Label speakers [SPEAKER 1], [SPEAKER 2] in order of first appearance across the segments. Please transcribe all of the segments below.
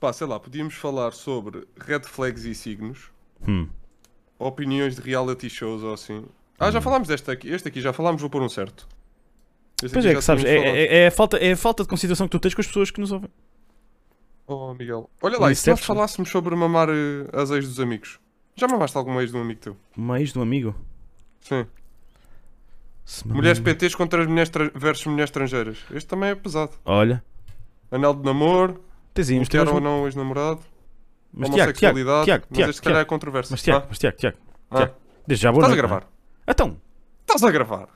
[SPEAKER 1] pá, sei lá, podíamos falar sobre red flags e signos,
[SPEAKER 2] Hum.
[SPEAKER 1] opiniões de reality shows ou assim. Ah,
[SPEAKER 2] Hum.
[SPEAKER 1] já falámos desta aqui, este aqui já falámos, vou pôr um certo. Este
[SPEAKER 2] Pois
[SPEAKER 1] aqui
[SPEAKER 2] é,
[SPEAKER 1] já
[SPEAKER 2] que sabes, é,
[SPEAKER 1] tínhamos falado.
[SPEAKER 2] é, é a falta, é a falta de consideração que tu tens com as pessoas que nos ouvem.
[SPEAKER 1] Oh, Miguel, olha lá, e se nós
[SPEAKER 2] Unicef.
[SPEAKER 1] falássemos sobre mamar eh, as ex dos amigos? Já mamaste alguma ex de um amigo teu?
[SPEAKER 2] Uma ex de um amigo.
[SPEAKER 1] Sim.
[SPEAKER 2] Se
[SPEAKER 1] Mulheres
[SPEAKER 2] mamar-
[SPEAKER 1] PTs contra as mulheres tran- versus mulheres estrangeiras. Este também é pesado.
[SPEAKER 2] Olha,
[SPEAKER 1] Anel de namoro,
[SPEAKER 2] tens aí uns
[SPEAKER 1] bloquear
[SPEAKER 2] temas.
[SPEAKER 1] ou não o ex-namorado,
[SPEAKER 2] Mas Tiago, Tiago,
[SPEAKER 1] homossexualidade.
[SPEAKER 2] Tiago,
[SPEAKER 1] mas
[SPEAKER 2] Tiago,
[SPEAKER 1] este, se calhar, é
[SPEAKER 2] Tiago,
[SPEAKER 1] controverso.
[SPEAKER 2] mas Tiago,
[SPEAKER 1] Ah,
[SPEAKER 2] mas Tiago, Tiago,
[SPEAKER 1] ah.
[SPEAKER 2] Tiago. Desde já boa
[SPEAKER 1] Estás a
[SPEAKER 2] noite,
[SPEAKER 1] gravar?
[SPEAKER 2] não é? Então,
[SPEAKER 1] Estás a gravar?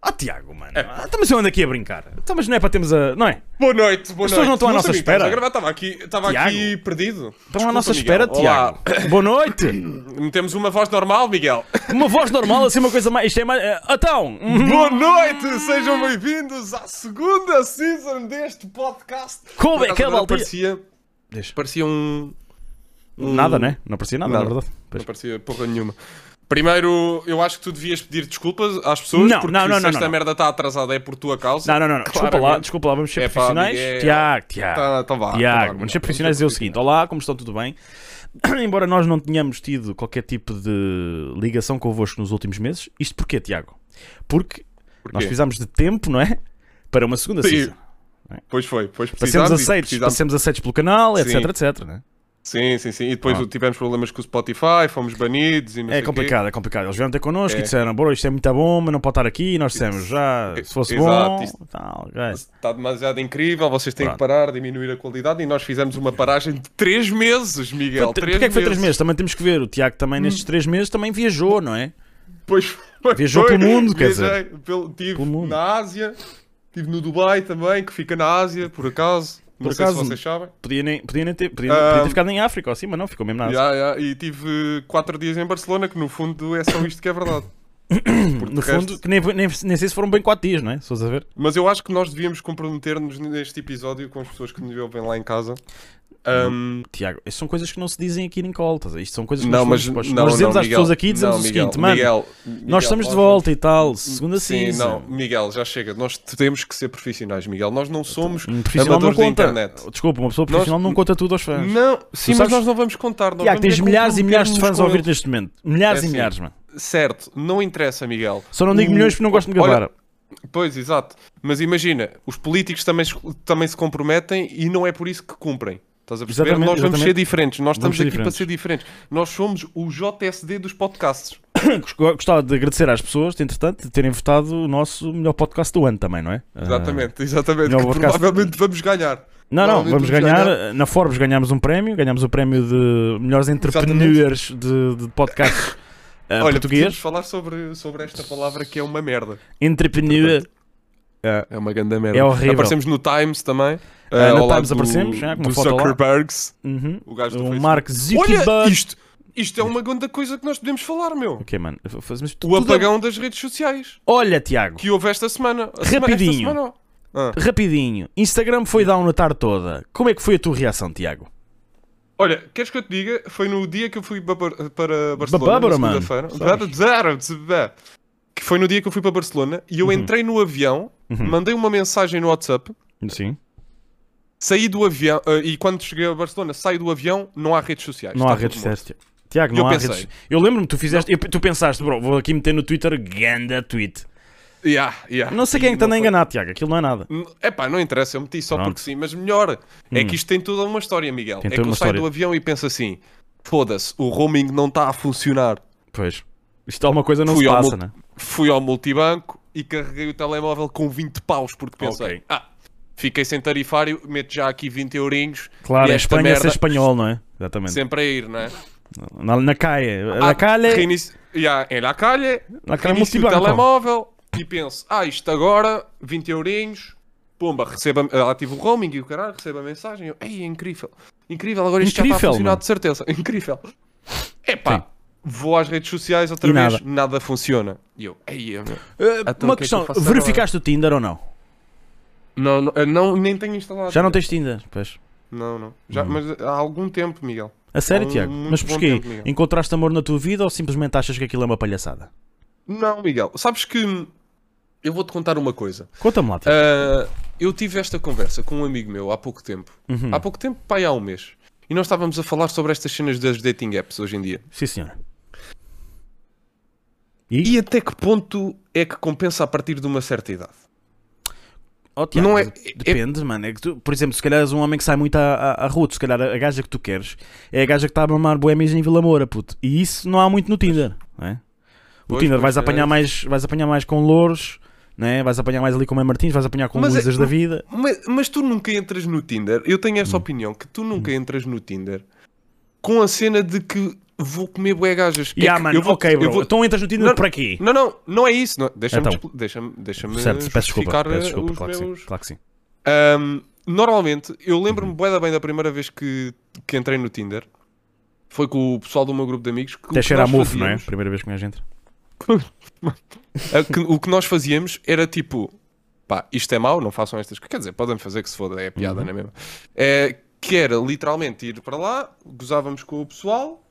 [SPEAKER 2] ah Tiago, mano.
[SPEAKER 1] É.
[SPEAKER 2] Ah, então, mas eu ando aqui a brincar. Então, mas não é para termos a. Não é?
[SPEAKER 1] Boa noite, boa noite.
[SPEAKER 2] As pessoas não estão à nossa
[SPEAKER 1] sabia que estavas
[SPEAKER 2] espera.
[SPEAKER 1] A gravar estava aqui, estava
[SPEAKER 2] Tiago.
[SPEAKER 1] aqui perdido.
[SPEAKER 2] Estão Então, à nossa
[SPEAKER 1] Miguel.
[SPEAKER 2] espera,
[SPEAKER 1] Olá.
[SPEAKER 2] Tiago. Boa noite.
[SPEAKER 1] Metemos uma voz normal, Miguel.
[SPEAKER 2] Uma voz normal, assim, uma coisa mais. Isto é mais. eh, Então! hum,
[SPEAKER 1] boa noite, sejam bem-vindos à segunda season deste podcast.
[SPEAKER 2] Como é
[SPEAKER 1] Por acaso
[SPEAKER 2] que é,
[SPEAKER 1] agora
[SPEAKER 2] Valdir?
[SPEAKER 1] Parecia,
[SPEAKER 2] Deixa.
[SPEAKER 1] parecia um... um-
[SPEAKER 2] Nada, né? Não parecia nada,
[SPEAKER 1] Nada.
[SPEAKER 2] na verdade. Pois.
[SPEAKER 1] Não parecia porra nenhuma. Primeiro, eu acho que tu devias pedir desculpas às pessoas,
[SPEAKER 2] Não,
[SPEAKER 1] porque
[SPEAKER 2] não, não,
[SPEAKER 1] se
[SPEAKER 2] não,
[SPEAKER 1] esta
[SPEAKER 2] não.
[SPEAKER 1] merda está atrasada é por tua causa.
[SPEAKER 2] Não, não, não, não. Desculpa lá,
[SPEAKER 1] Claramente.
[SPEAKER 2] desculpa lá, vamos ser
[SPEAKER 1] É pá,
[SPEAKER 2] profissionais.
[SPEAKER 1] Miguel.
[SPEAKER 2] Tiago, Tiago.
[SPEAKER 1] Tá, então vá. então vá,
[SPEAKER 2] Tiago, vamos
[SPEAKER 1] Miguel.
[SPEAKER 2] ser profissionais e dizer o seguinte: Olá, como estão? Tudo bem? Embora nós não tenhamos tido qualquer tipo de ligação convosco nos últimos meses, isto porquê, Tiago? Porque nós fizemos de tempo, não é? Para uma segunda
[SPEAKER 1] Sim,
[SPEAKER 2] season.
[SPEAKER 1] Pois foi, pois
[SPEAKER 2] Para
[SPEAKER 1] precisámos
[SPEAKER 2] sermos
[SPEAKER 1] e
[SPEAKER 2] aceitos, para
[SPEAKER 1] precisámos-
[SPEAKER 2] sermos aceitos pelo canal, etc, etc. Né?
[SPEAKER 1] Sim, sim, sim. E depois
[SPEAKER 2] Ah.
[SPEAKER 1] tivemos problemas com o Spotify, fomos banidos e não sei
[SPEAKER 2] É
[SPEAKER 1] o quê.
[SPEAKER 2] complicado, é complicado. Eles vieram ter connosco
[SPEAKER 1] É.
[SPEAKER 2] e disseram: Bro, isto é muito bom, mas não pode estar aqui. E nós dissemos: Já, se fosse
[SPEAKER 1] Exato,
[SPEAKER 2] bom, tá,
[SPEAKER 1] isto-
[SPEAKER 2] tal, guys.
[SPEAKER 1] Está demasiado incrível, vocês têm
[SPEAKER 2] Pronto.
[SPEAKER 1] que parar, diminuir a qualidade e nós fizemos uma paragem de 3 meses, Miguel.
[SPEAKER 2] Porquê
[SPEAKER 1] três
[SPEAKER 2] é que foi 3
[SPEAKER 1] meses. Hum.
[SPEAKER 2] meses? Também temos que ver. O Tiago também, nestes 3 meses, também viajou, não é?
[SPEAKER 1] Pois foi,
[SPEAKER 2] Viajou
[SPEAKER 1] foi.
[SPEAKER 2] pelo mundo, quer
[SPEAKER 1] Viajei Pelo, tive
[SPEAKER 2] Pelo mundo.
[SPEAKER 1] na Ásia, tive no Dubai também, que fica na Ásia, por acaso. não
[SPEAKER 2] Por
[SPEAKER 1] sei
[SPEAKER 2] acaso.
[SPEAKER 1] se vocês sabem.
[SPEAKER 2] Podia, nem, podia, nem ter, podia, podia
[SPEAKER 1] Ah.
[SPEAKER 2] ter ficado em África ou assim, mas não, ficou mesmo na Ásia.
[SPEAKER 1] Ya, ya, E tive 4 dias em Barcelona, que no fundo é só isto que é verdade. Porque de
[SPEAKER 2] No
[SPEAKER 1] resto-
[SPEAKER 2] fundo, que nem, nem, nem sei se foram bem 4 dias, não é? Se fores a ver.
[SPEAKER 1] Mas eu acho que nós devíamos comprometer-nos neste episódio com as pessoas que nos ouvem lá em casa. Ahm,
[SPEAKER 2] Tiago, isto são coisas que não se dizem aqui nem coltas. Isto são coisas que
[SPEAKER 1] não,
[SPEAKER 2] nós
[SPEAKER 1] mas
[SPEAKER 2] fomos expostos.
[SPEAKER 1] não,
[SPEAKER 2] Nós dizemos
[SPEAKER 1] não,
[SPEAKER 2] às
[SPEAKER 1] Miguel,
[SPEAKER 2] pessoas aqui, dizemos
[SPEAKER 1] não,
[SPEAKER 2] o
[SPEAKER 1] Miguel,
[SPEAKER 2] seguinte, mano,
[SPEAKER 1] Miguel, Miguel,
[SPEAKER 2] nós estamos de volta e tal, segunda
[SPEAKER 1] Sim, não,
[SPEAKER 2] season.
[SPEAKER 1] Miguel, já chega. Nós t- temos que ser profissionais, Miguel. Nós não somos
[SPEAKER 2] Um profissional não
[SPEAKER 1] amadores da
[SPEAKER 2] conta.
[SPEAKER 1] internet.
[SPEAKER 2] Desculpa, uma pessoa profissional não conta tudo aos fãs.
[SPEAKER 1] Não, sim, mas
[SPEAKER 2] sabes-
[SPEAKER 1] nós não vamos contar. Nós vamos
[SPEAKER 2] Tiago, tens
[SPEAKER 1] é
[SPEAKER 2] milhares e milhares de fãs a ouvir
[SPEAKER 1] comprometer-nos
[SPEAKER 2] neste momento. Milhares
[SPEAKER 1] É
[SPEAKER 2] e
[SPEAKER 1] assim.
[SPEAKER 2] milhares, mano.
[SPEAKER 1] com eles. Certo, não interessa, Miguel.
[SPEAKER 2] Só não digo
[SPEAKER 1] O-
[SPEAKER 2] milhões porque não gosto de me
[SPEAKER 1] Olha,
[SPEAKER 2] gabar.
[SPEAKER 1] Pois, exato. Mas imagina, os políticos também, se- também se comprometem e não é por isso que cumprem. Estás a perceber?
[SPEAKER 2] Exatamente,
[SPEAKER 1] Nós vamos
[SPEAKER 2] exatamente.
[SPEAKER 1] ser diferentes. Nós
[SPEAKER 2] Vamos
[SPEAKER 1] estamos
[SPEAKER 2] ser
[SPEAKER 1] aqui para ser diferentes. Nós somos o JSD dos podcasts.
[SPEAKER 2] Gostava de agradecer às pessoas, de, entretanto, de terem votado o nosso melhor podcast do ano também, não é?
[SPEAKER 1] Exatamente, exatamente.
[SPEAKER 2] não,
[SPEAKER 1] Que
[SPEAKER 2] podcast-
[SPEAKER 1] provavelmente vamos ganhar.
[SPEAKER 2] Não, não,
[SPEAKER 1] Provavelmente
[SPEAKER 2] vamos ganhar. Na Forbes ganhámos um prémio, ganhámos o prémio de melhores entrepreneurs de, de podcast eh,
[SPEAKER 1] Olha, podemos
[SPEAKER 2] português.
[SPEAKER 1] falar sobre, sobre esta palavra que é uma merda.
[SPEAKER 2] Entrepreneur.
[SPEAKER 1] É uma grande merda.
[SPEAKER 2] É horrível.
[SPEAKER 1] Aparecemos no Times também.
[SPEAKER 2] Ah,
[SPEAKER 1] eh,
[SPEAKER 2] no
[SPEAKER 1] ao lado
[SPEAKER 2] Times
[SPEAKER 1] do-
[SPEAKER 2] aparecemos, é, com uma
[SPEAKER 1] do
[SPEAKER 2] foto lá.
[SPEAKER 1] Zuckerbergs,
[SPEAKER 2] Uhum.
[SPEAKER 1] o gajo do
[SPEAKER 2] O
[SPEAKER 1] Facebook.
[SPEAKER 2] Mark
[SPEAKER 1] Olha
[SPEAKER 2] Zuckerberg.
[SPEAKER 1] isto! Isto é uma grande coisa que nós podemos falar, meu.
[SPEAKER 2] Ok, mano. eu vou fazer- mas
[SPEAKER 1] O
[SPEAKER 2] tudo- é-
[SPEAKER 1] apagão das redes sociais
[SPEAKER 2] Olha, Tiago.
[SPEAKER 1] que houve esta semana. A sema-
[SPEAKER 2] Rapidinho.
[SPEAKER 1] esta semana, ó.
[SPEAKER 2] Rapidinho. Instagram foi down a tarde toda. Como é que foi a tua reação, Tiago?
[SPEAKER 1] Olha, queres que eu te diga? Foi no dia que eu fui babar- para Barcelona.
[SPEAKER 2] Bababara,
[SPEAKER 1] na
[SPEAKER 2] mano.
[SPEAKER 1] segunda-feira.
[SPEAKER 2] Sabes?
[SPEAKER 1] Bababara, babá. Que foi no dia que eu fui para Barcelona e eu
[SPEAKER 2] Uhum.
[SPEAKER 1] entrei no avião, mandei uma mensagem no WhatsApp,
[SPEAKER 2] Sim.
[SPEAKER 1] saí do avião eh, e quando cheguei a Barcelona, saí do avião, não há redes sociais. tá
[SPEAKER 2] Não
[SPEAKER 1] Está
[SPEAKER 2] há redes
[SPEAKER 1] tudo morto.
[SPEAKER 2] sociais, Tiago. Tiago,
[SPEAKER 1] Eu
[SPEAKER 2] não há
[SPEAKER 1] pensei.
[SPEAKER 2] redes Eu lembro-me, tu fizeste. eu- tu pensaste, bro, vou aqui meter no Twitter ganda tweet.
[SPEAKER 1] Yeah, yeah.
[SPEAKER 2] Não sei quem é que
[SPEAKER 1] E não
[SPEAKER 2] está a
[SPEAKER 1] foi-
[SPEAKER 2] enganar, Tiago. Aquilo não é nada.
[SPEAKER 1] É pá, não interessa, eu meti só
[SPEAKER 2] Pronto. Hum.
[SPEAKER 1] porque sim, mas melhor é que isto tem toda uma história, Miguel.
[SPEAKER 2] Tem
[SPEAKER 1] é que
[SPEAKER 2] toda
[SPEAKER 1] eu
[SPEAKER 2] uma
[SPEAKER 1] saio
[SPEAKER 2] história.
[SPEAKER 1] do avião e penso assim: foda-se, o roaming não está a funcionar.
[SPEAKER 2] Pois. Isto alguma coisa não
[SPEAKER 1] Fui
[SPEAKER 2] se
[SPEAKER 1] ao
[SPEAKER 2] passa,
[SPEAKER 1] mul-
[SPEAKER 2] né?
[SPEAKER 1] Fui ao multibanco e carreguei o telemóvel com 20 paus, porque pensei:
[SPEAKER 2] Ok.
[SPEAKER 1] ah, fiquei sem tarifário, meto já aqui 20 eurinhos.
[SPEAKER 2] Claro,
[SPEAKER 1] e
[SPEAKER 2] em
[SPEAKER 1] esta
[SPEAKER 2] Espanha
[SPEAKER 1] merda
[SPEAKER 2] ser espanhol, não é? Exatamente.
[SPEAKER 1] Sempre a ir, né?
[SPEAKER 2] Na, na calle.
[SPEAKER 1] Ah,
[SPEAKER 2] na é- calle.
[SPEAKER 1] reinici- Ya, em La Calha,
[SPEAKER 2] La Calle
[SPEAKER 1] reinicio o
[SPEAKER 2] Multibanco.
[SPEAKER 1] telemóvel e penso, ah, isto agora, 20 eurinhos, pomba, receba, ah, ativo o roaming e o caralho, recebo a mensagem, e eu, ei, é incrível, incrível, agora isto já está
[SPEAKER 2] Incrível,
[SPEAKER 1] a funcionar
[SPEAKER 2] mano.
[SPEAKER 1] de certeza, incrível. Epá, vou às redes sociais outra
[SPEAKER 2] E
[SPEAKER 1] vez,
[SPEAKER 2] nada.
[SPEAKER 1] nada. funciona. E eu, ei, eu,
[SPEAKER 2] Eh,
[SPEAKER 1] Então, o que é
[SPEAKER 2] uma
[SPEAKER 1] que
[SPEAKER 2] questão.
[SPEAKER 1] eu faço agora?
[SPEAKER 2] verificaste o Tinder ou não?
[SPEAKER 1] não, não, eu não, nem tenho instalado.
[SPEAKER 2] Já não Hum. tens Tinder, pois.
[SPEAKER 1] Não, não, já, mas há algum tempo, Miguel.
[SPEAKER 2] A sério,
[SPEAKER 1] Há um
[SPEAKER 2] Tiago?
[SPEAKER 1] muito
[SPEAKER 2] Mas
[SPEAKER 1] bom
[SPEAKER 2] porquê?
[SPEAKER 1] tempo, Miguel.
[SPEAKER 2] Encontraste amor na tua vida ou simplesmente achas que aquilo é uma palhaçada?
[SPEAKER 1] Não, Miguel, sabes que, eu vou-te contar uma coisa.
[SPEAKER 2] Conta-me lá, Tiago. Uhum.
[SPEAKER 1] Ah, eu tive esta conversa com um amigo meu há pouco tempo. Há pouco tempo, pai, há um mês. E nós estávamos a falar sobre estas cenas das dating apps hoje em dia.
[SPEAKER 2] Sim, senhora.
[SPEAKER 1] E até que ponto é que compensa a partir de uma certa idade?
[SPEAKER 2] Oh, Tiago,
[SPEAKER 1] Não é-
[SPEAKER 2] mas depende, mano. É que tu, por exemplo, se calhar és um homem que sai muito à, à, à rua, tu, se calhar a gaja que tu queres é a gaja que está a mamar boémias em Vila Moura, puto. E isso não há muito no Tinder, não é? O
[SPEAKER 1] Pois,
[SPEAKER 2] Tinder
[SPEAKER 1] pois,
[SPEAKER 2] vais
[SPEAKER 1] é.
[SPEAKER 2] apanhar, mais, vais apanhar mais com louros, né? vais apanhar mais ali com o Mãe Martins, vais apanhar com
[SPEAKER 1] Mas é-
[SPEAKER 2] Luísas da vida.
[SPEAKER 1] Mas, mas tu nunca entras no Tinder. Eu tenho
[SPEAKER 2] Hum.
[SPEAKER 1] essa opinião que tu nunca entras no Tinder com a cena de que vou comer bué gajas. É
[SPEAKER 2] E ah,
[SPEAKER 1] que
[SPEAKER 2] mano,
[SPEAKER 1] eu vou-
[SPEAKER 2] ok,
[SPEAKER 1] eu
[SPEAKER 2] bro.
[SPEAKER 1] vou-
[SPEAKER 2] Então entras no Tinder
[SPEAKER 1] Não-
[SPEAKER 2] por aqui.
[SPEAKER 1] Não, não, não é isso. não- Deixa-me
[SPEAKER 2] Então.
[SPEAKER 1] expl- deixa-me deixa
[SPEAKER 2] certo, peço desculpa,
[SPEAKER 1] justificar
[SPEAKER 2] peço
[SPEAKER 1] eh,
[SPEAKER 2] desculpa,
[SPEAKER 1] os
[SPEAKER 2] claro, que
[SPEAKER 1] meus...
[SPEAKER 2] sim, claro que sim.
[SPEAKER 1] Ahm, normalmente, eu lembro-me bué bem da primeira vez que, que entrei no Tinder. Foi com o pessoal do meu grupo de amigos. Que o que
[SPEAKER 2] Até cheira a
[SPEAKER 1] nós
[SPEAKER 2] mufo, não é?
[SPEAKER 1] fazíamos-
[SPEAKER 2] Primeira vez que um gajo entra.
[SPEAKER 1] a que- o que nós fazíamos era tipo, pá, isto é mau, não façam estas coisas. Quer dizer, podem fazer que se foda, é
[SPEAKER 2] Uhum.
[SPEAKER 1] piada, não é mesmo? É, que era literalmente ir para lá, gozávamos com o pessoal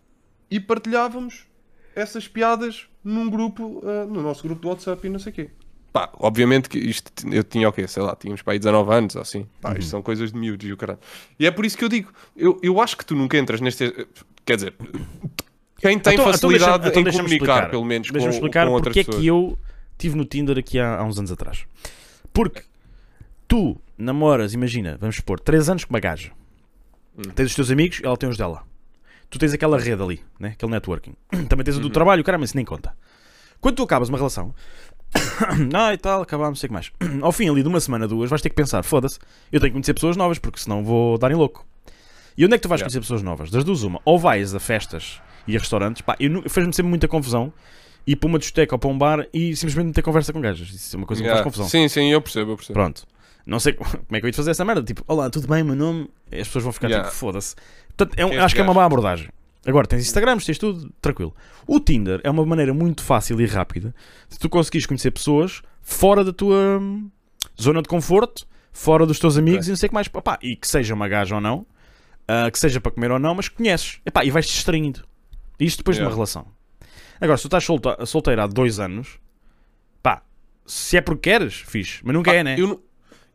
[SPEAKER 1] e partilhávamos essas piadas num grupo, ah, no nosso grupo do WhatsApp e não sei o quê. Pá, obviamente que isto t- eu tinha o quê? Sei lá, tínhamos para aí 19 anos ou assim. Pá,
[SPEAKER 2] Uhum.
[SPEAKER 1] isto são coisas de miúdos e o caralho. E é por isso que eu digo, eu, eu acho que tu nunca entras neste. Quer dizer, quem tem
[SPEAKER 2] Então- então deixa-me-
[SPEAKER 1] facilidade
[SPEAKER 2] então
[SPEAKER 1] em
[SPEAKER 2] deixa-me
[SPEAKER 1] comunicar,
[SPEAKER 2] explicar.
[SPEAKER 1] pelo menos, com,
[SPEAKER 2] Deixa-me explicar
[SPEAKER 1] com outras
[SPEAKER 2] porque
[SPEAKER 1] pessoas.
[SPEAKER 2] é que eu estive no Tinder aqui há, há uns anos atrás. Porque tu namoras, imagina, vamos supor, 3 anos com uma gaja.
[SPEAKER 1] Hum.
[SPEAKER 2] Tens os teus amigos, ela tem os dela. Tu tens aquela rede ali, né? aquele networking. Também tens o
[SPEAKER 1] Uhum.
[SPEAKER 2] do trabalho, caramba, isso nem conta. Quando tu acabas uma relação, ah e tal, acabámos, não sei o que mais. Ao fim ali de uma semana, duas, vais ter que pensar: foda-se, eu tenho que conhecer pessoas novas porque senão vou dar em louco. E onde é que tu vais
[SPEAKER 1] Yeah.
[SPEAKER 2] conhecer pessoas novas? Das duas, uma. Ou vais a festas e a restaurantes, pá, eu nu- fez-me sempre muita confusão ir para uma discoteca ou para um bar e simplesmente ter conversa com gajas. Isso é uma coisa que me faz
[SPEAKER 1] Yeah.
[SPEAKER 2] confusão.
[SPEAKER 1] Sim, sim, eu percebo, eu percebo.
[SPEAKER 2] Pronto. Não sei como é que eu ia fazer essa merda. Tipo, olá, tudo bem, meu nome. As pessoas vão ficar
[SPEAKER 1] Yeah.
[SPEAKER 2] tipo, foda-se. Portanto, é um-
[SPEAKER 1] Quem é
[SPEAKER 2] acho
[SPEAKER 1] este
[SPEAKER 2] que é uma
[SPEAKER 1] gajo?
[SPEAKER 2] má abordagem. Agora, tens Instagrams, tens tudo, tranquilo. O Tinder é uma maneira muito fácil e rápida de tu conseguires conhecer pessoas fora da tua hum, zona de conforto, fora dos teus amigos
[SPEAKER 1] Ok.
[SPEAKER 2] e não sei o que mais. Pá, e que seja uma gaja ou não, ah, que seja para comer ou não, mas que conheces. Epá, e vais-te distraindo. Isto depois de uma
[SPEAKER 1] Yeah.
[SPEAKER 2] relação. Agora, se tu estás solta- solteiro há dois anos, pá, se é porque queres, fixe. Mas nunca
[SPEAKER 1] Pá,
[SPEAKER 2] é, né?
[SPEAKER 1] Eu, não-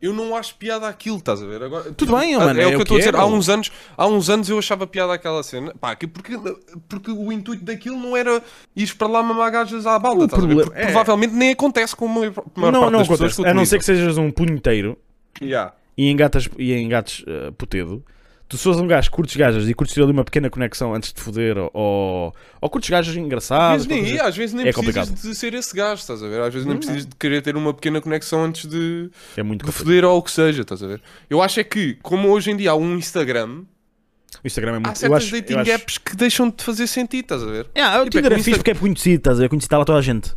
[SPEAKER 1] eu não acho piada aquilo, estás a ver? Agora,
[SPEAKER 2] Tudo bem,
[SPEAKER 1] Ah,
[SPEAKER 2] mano,
[SPEAKER 1] é,
[SPEAKER 2] é
[SPEAKER 1] o que
[SPEAKER 2] o
[SPEAKER 1] eu
[SPEAKER 2] que
[SPEAKER 1] estou a
[SPEAKER 2] é,
[SPEAKER 1] dizer. Há
[SPEAKER 2] meu.
[SPEAKER 1] uns, anos, há uns anos eu achava piada aquela cena. Pá, que porque, porque o intuito daquilo não era ir para lá mamar gajas à balda,
[SPEAKER 2] O
[SPEAKER 1] estás a ver?
[SPEAKER 2] problema-
[SPEAKER 1] Porque
[SPEAKER 2] é.
[SPEAKER 1] provavelmente nem acontece com a maior, maior
[SPEAKER 2] não,
[SPEAKER 1] parte
[SPEAKER 2] não
[SPEAKER 1] das pessoas
[SPEAKER 2] acontece.
[SPEAKER 1] que
[SPEAKER 2] a não ser
[SPEAKER 1] utilizam.
[SPEAKER 2] que sejas um punheteiro
[SPEAKER 1] Yeah.
[SPEAKER 2] e engatas, e engates eh, putedo. Tu se fores um gajo, que curtes gajas e curtes ter ali uma pequena conexão antes de foder ou, ou, ou curtes gajas engraçadas.
[SPEAKER 1] Às vezes nem,
[SPEAKER 2] qualquer coisa-
[SPEAKER 1] às vezes nem
[SPEAKER 2] É
[SPEAKER 1] precisas
[SPEAKER 2] complicado.
[SPEAKER 1] de ser esse gajo, estás a ver? Às vezes nem precisas de querer ter uma pequena conexão antes de,
[SPEAKER 2] É muito
[SPEAKER 1] de
[SPEAKER 2] complicado.
[SPEAKER 1] foder ou o que seja, estás a ver? Eu acho é que, como hoje em dia há um Instagram,
[SPEAKER 2] O Instagram é
[SPEAKER 1] há
[SPEAKER 2] muito eu
[SPEAKER 1] certas
[SPEAKER 2] acho, eu
[SPEAKER 1] dating
[SPEAKER 2] acho...
[SPEAKER 1] apps que deixam de fazer sentido, estás a ver?
[SPEAKER 2] Yeah, o
[SPEAKER 1] Tipo, é
[SPEAKER 2] Tinder
[SPEAKER 1] que
[SPEAKER 2] é
[SPEAKER 1] o
[SPEAKER 2] fixe
[SPEAKER 1] Insta-
[SPEAKER 2] porque é conhecido, estás a ver? É conhecido, está lá toda a gente.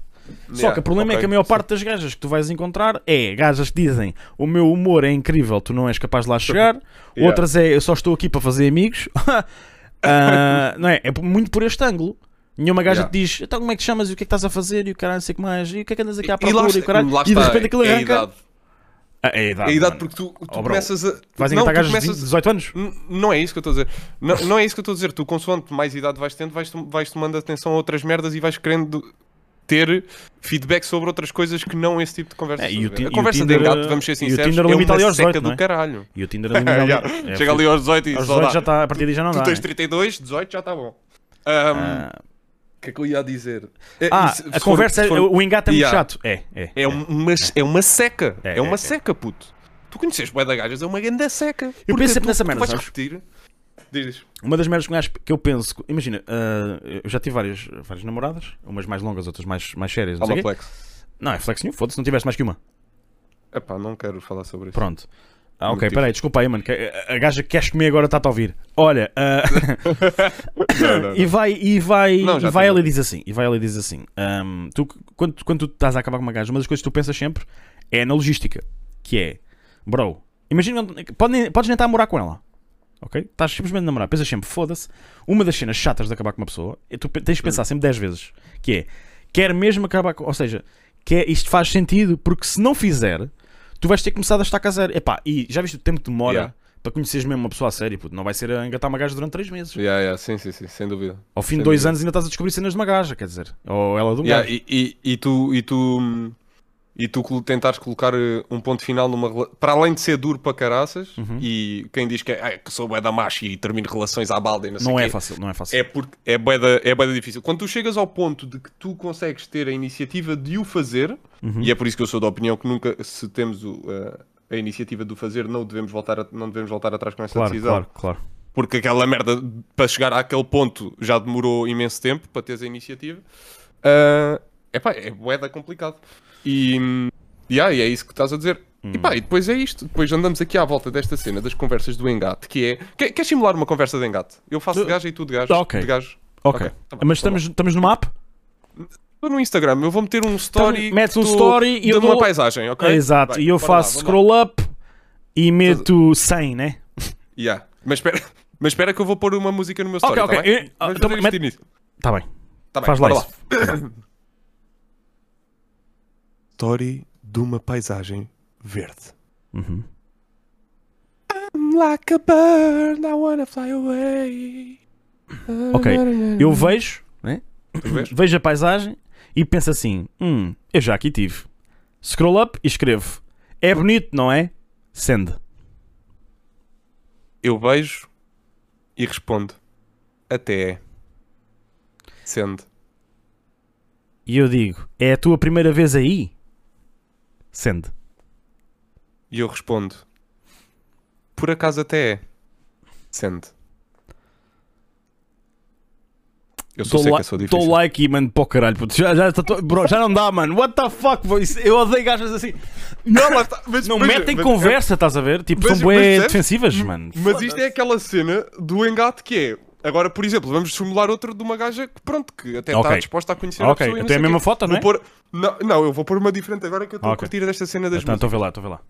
[SPEAKER 2] Só que o problema é que a maior parte das gajas que tu vais encontrar é gajas que dizem o meu humor é incrível, tu não és capaz de lá chegar. Outras é eu só estou aqui para fazer amigos. Ah, não é? É muito por este ângulo. Nenhuma gaja
[SPEAKER 1] Yeah.
[SPEAKER 2] te diz então como é que te chamas e o que é que estás a fazer e o caralho, não sei o que mais e o que é que andas aqui à
[SPEAKER 1] E lá,
[SPEAKER 2] procura e, o caralho.
[SPEAKER 1] lá
[SPEAKER 2] e de
[SPEAKER 1] está,
[SPEAKER 2] repente aquilo
[SPEAKER 1] é a
[SPEAKER 2] arranca.
[SPEAKER 1] idade.
[SPEAKER 2] Ah, é a idade,
[SPEAKER 1] É a idade
[SPEAKER 2] mano.
[SPEAKER 1] porque tu, tu
[SPEAKER 2] Oh, bro.
[SPEAKER 1] começas a.
[SPEAKER 2] Vais
[SPEAKER 1] não,
[SPEAKER 2] encontrar
[SPEAKER 1] tu
[SPEAKER 2] gajas de
[SPEAKER 1] começas...
[SPEAKER 2] 18 anos?
[SPEAKER 1] N- Não é isso que eu estou a dizer. Não, não é isso que eu estou a dizer. Tu, consoante mais idade vais tendo, vais, tom- vais tomando atenção a outras merdas e vais querendo ter feedback sobre outras coisas que não esse tipo de conversa.
[SPEAKER 2] É, e o Ti- e
[SPEAKER 1] a
[SPEAKER 2] o
[SPEAKER 1] conversa
[SPEAKER 2] Tinder,
[SPEAKER 1] de gato, vamos
[SPEAKER 2] e
[SPEAKER 1] ser
[SPEAKER 2] o
[SPEAKER 1] sinceros,
[SPEAKER 2] Tinder
[SPEAKER 1] é
[SPEAKER 2] limita ali
[SPEAKER 1] uma
[SPEAKER 2] aos
[SPEAKER 1] seca
[SPEAKER 2] 18, não é?
[SPEAKER 1] do caralho.
[SPEAKER 2] E o Tinder ali mesmo-
[SPEAKER 1] Yeah.
[SPEAKER 2] é,
[SPEAKER 1] Chega ali aos 18 e
[SPEAKER 2] aos
[SPEAKER 1] só
[SPEAKER 2] 18
[SPEAKER 1] dá.
[SPEAKER 2] já está, a partir daí já não
[SPEAKER 1] Tu
[SPEAKER 2] dá.
[SPEAKER 1] tens
[SPEAKER 2] né?
[SPEAKER 1] 32, 18 já está bom. Ahm, O
[SPEAKER 2] Ah,
[SPEAKER 1] que é que eu ia dizer? É,
[SPEAKER 2] Ah,
[SPEAKER 1] se-
[SPEAKER 2] a
[SPEAKER 1] se for-
[SPEAKER 2] conversa,
[SPEAKER 1] se for-
[SPEAKER 2] o engate é muito
[SPEAKER 1] Yeah.
[SPEAKER 2] chato. É, é.
[SPEAKER 1] É uma, é uma seca.
[SPEAKER 2] É,
[SPEAKER 1] É,
[SPEAKER 2] é,
[SPEAKER 1] uma
[SPEAKER 2] é.
[SPEAKER 1] seca, puto. Tu conheces bué da gajas, é uma grande seca.
[SPEAKER 2] Eu
[SPEAKER 1] Porque
[SPEAKER 2] penso sempre
[SPEAKER 1] tu-
[SPEAKER 2] nessa
[SPEAKER 1] tu
[SPEAKER 2] merda,
[SPEAKER 1] vais
[SPEAKER 2] sabes?
[SPEAKER 1] repetir. Diz.
[SPEAKER 2] Uma das merdas que um gajo- que eu penso, que- imagina, ah, eu já tive várias, várias namoradas, umas mais longas, outras mais, mais sérias. Não, sei
[SPEAKER 1] Alma
[SPEAKER 2] o quê.
[SPEAKER 1] Flex.
[SPEAKER 2] não é flex nenhum, foda-se, não tiveste mais que uma.
[SPEAKER 1] Epá, não quero falar sobre isso.
[SPEAKER 2] Pronto. Ah, ok,
[SPEAKER 1] Motivo.
[SPEAKER 2] peraí, desculpa aí, mano. que a- a gaja que queres comer agora está-te a ouvir. Olha, ah,
[SPEAKER 1] Não, não, não.
[SPEAKER 2] e vai, e vai,
[SPEAKER 1] Não, já
[SPEAKER 2] e vai
[SPEAKER 1] tenho.
[SPEAKER 2] ela e diz assim: e vai ela e diz assim: ahm, tu, quando, quando tu estás a acabar com uma gaja, uma das coisas que tu pensas sempre é na logística, que é, bro, imagina, pode, podes nem estar a morar com ela. Ok? Estás simplesmente a namorar. Pensas sempre, foda-se. Uma das cenas chatas de acabar com uma pessoa, é tu pe- tens de pensar
[SPEAKER 1] Hum.
[SPEAKER 2] sempre 10 vezes. Que é, quer mesmo acabar com. Ou seja, quer, isto faz sentido, porque se não fizer, tu vais ter começado a estar a zero. Epá, e já viste o tempo que demora
[SPEAKER 1] Yeah.
[SPEAKER 2] para conheceres mesmo uma pessoa a sério? puto? Não vai ser a engatar uma gaja durante 3 meses.
[SPEAKER 1] Yeah, yeah, sim, sim, sim, sem dúvida.
[SPEAKER 2] Ao fim de
[SPEAKER 1] Sem
[SPEAKER 2] dois
[SPEAKER 1] dúvida.
[SPEAKER 2] anos ainda estás a descobrir cenas de uma gaja, quer dizer. Ou ela de um
[SPEAKER 1] Yeah,
[SPEAKER 2] gajo.
[SPEAKER 1] e, e, e tu, e tu hum, e tu colo- tentares colocar eh, um ponto final numa rela- para além de ser duro para caraças
[SPEAKER 2] Uhum.
[SPEAKER 1] e quem diz que, é, "Ai, que sou bué da macho e termino relações à balda e não sei
[SPEAKER 2] Não
[SPEAKER 1] quê,
[SPEAKER 2] é fácil, não é fácil.
[SPEAKER 1] é porque é bué da- é bué da difícil. Quando tu chegas ao ponto de que tu consegues ter a iniciativa de o fazer,
[SPEAKER 2] Uhum.
[SPEAKER 1] e é por isso que eu sou da opinião que nunca, se temos o, eh, a iniciativa de o fazer, não devemos voltar, a- não devemos voltar atrás com essa
[SPEAKER 2] Claro,
[SPEAKER 1] decisão.
[SPEAKER 2] claro, claro.
[SPEAKER 1] Porque aquela merda, para chegar àquele ponto, já demorou imenso tempo para teres a iniciativa. Ah, epá, é boeda complicado. E, hum, yeah, e é isso que estás a dizer. E pá, e depois é isto. Depois andamos aqui à volta desta cena das conversas do engate, que é... Quer, queres simular uma conversa de engate? Eu faço de gajo e tu de gajo.
[SPEAKER 2] Ah, ok.
[SPEAKER 1] De gajo.
[SPEAKER 2] Ok.
[SPEAKER 1] tá bem,
[SPEAKER 2] Mas
[SPEAKER 1] tá bom.
[SPEAKER 2] estamos, estamos no map?
[SPEAKER 1] Estou no Instagram, eu vou meter um story...
[SPEAKER 2] Então, metes um
[SPEAKER 1] do-
[SPEAKER 2] story e eu
[SPEAKER 1] de uma
[SPEAKER 2] dou-
[SPEAKER 1] paisagem, ok?
[SPEAKER 2] Exato.
[SPEAKER 1] Vai,
[SPEAKER 2] e eu
[SPEAKER 1] bora lá,
[SPEAKER 2] faço
[SPEAKER 1] bora lá.
[SPEAKER 2] scroll up e meto 100, né?
[SPEAKER 1] Yeah. Mas espera... Mas espera que eu vou pôr uma música no meu story,
[SPEAKER 2] ok.
[SPEAKER 1] tá bem?
[SPEAKER 2] Eu- ah,
[SPEAKER 1] Vamos
[SPEAKER 2] então
[SPEAKER 1] fazer
[SPEAKER 2] mete-
[SPEAKER 1] isto de início.
[SPEAKER 2] Tá bem.
[SPEAKER 1] Tá bem,
[SPEAKER 2] Faz lá
[SPEAKER 1] bora
[SPEAKER 2] isso.
[SPEAKER 1] Story de uma paisagem verde.
[SPEAKER 2] Uhum.
[SPEAKER 1] I'm like a bird, I wanna fly away.
[SPEAKER 2] Ok. Eu vejo, né?
[SPEAKER 1] vês?
[SPEAKER 2] vejo a paisagem e penso assim: hum, eu já aqui tive. Scroll up e escrevo: é bonito, não é? Send.
[SPEAKER 1] Eu vejo e respondo. Até é. Sendo.
[SPEAKER 2] E eu digo: é a tua primeira vez aí? Send.
[SPEAKER 1] E eu respondo. Por acaso até é. Sendo. Eu sou
[SPEAKER 2] Dou
[SPEAKER 1] seca,
[SPEAKER 2] li-
[SPEAKER 1] sou é
[SPEAKER 2] dou
[SPEAKER 1] difícil.
[SPEAKER 2] like e mano para o caralho. puto. Já, já, tá to- bro, já não dá, mano. What the fuck? bro? Isso- Eu odeio gajas assim.
[SPEAKER 1] Não, lá está. Mas-
[SPEAKER 2] Não
[SPEAKER 1] mas-
[SPEAKER 2] metem
[SPEAKER 1] mas- é
[SPEAKER 2] conversa, estás a ver? Tipo,
[SPEAKER 1] mas-
[SPEAKER 2] são bué
[SPEAKER 1] mas-
[SPEAKER 2] defensivas, mano.
[SPEAKER 1] Mas isto é aquela cena do engate que é. Agora, por exemplo, vamos simular outro de uma gaja que, pronto, que até está
[SPEAKER 2] Ok.
[SPEAKER 1] disposta a conhecer
[SPEAKER 2] Ok,
[SPEAKER 1] a pessoa. e não
[SPEAKER 2] até
[SPEAKER 1] sei
[SPEAKER 2] a mesma
[SPEAKER 1] quê.
[SPEAKER 2] foto, não
[SPEAKER 1] Vou
[SPEAKER 2] é?
[SPEAKER 1] pôr- Não, não, eu vou pôr uma diferente agora que eu estou
[SPEAKER 2] Ok.
[SPEAKER 1] a curtir desta cena das
[SPEAKER 2] Então,
[SPEAKER 1] músicas.
[SPEAKER 2] estou a ver lá, estou a ver lá.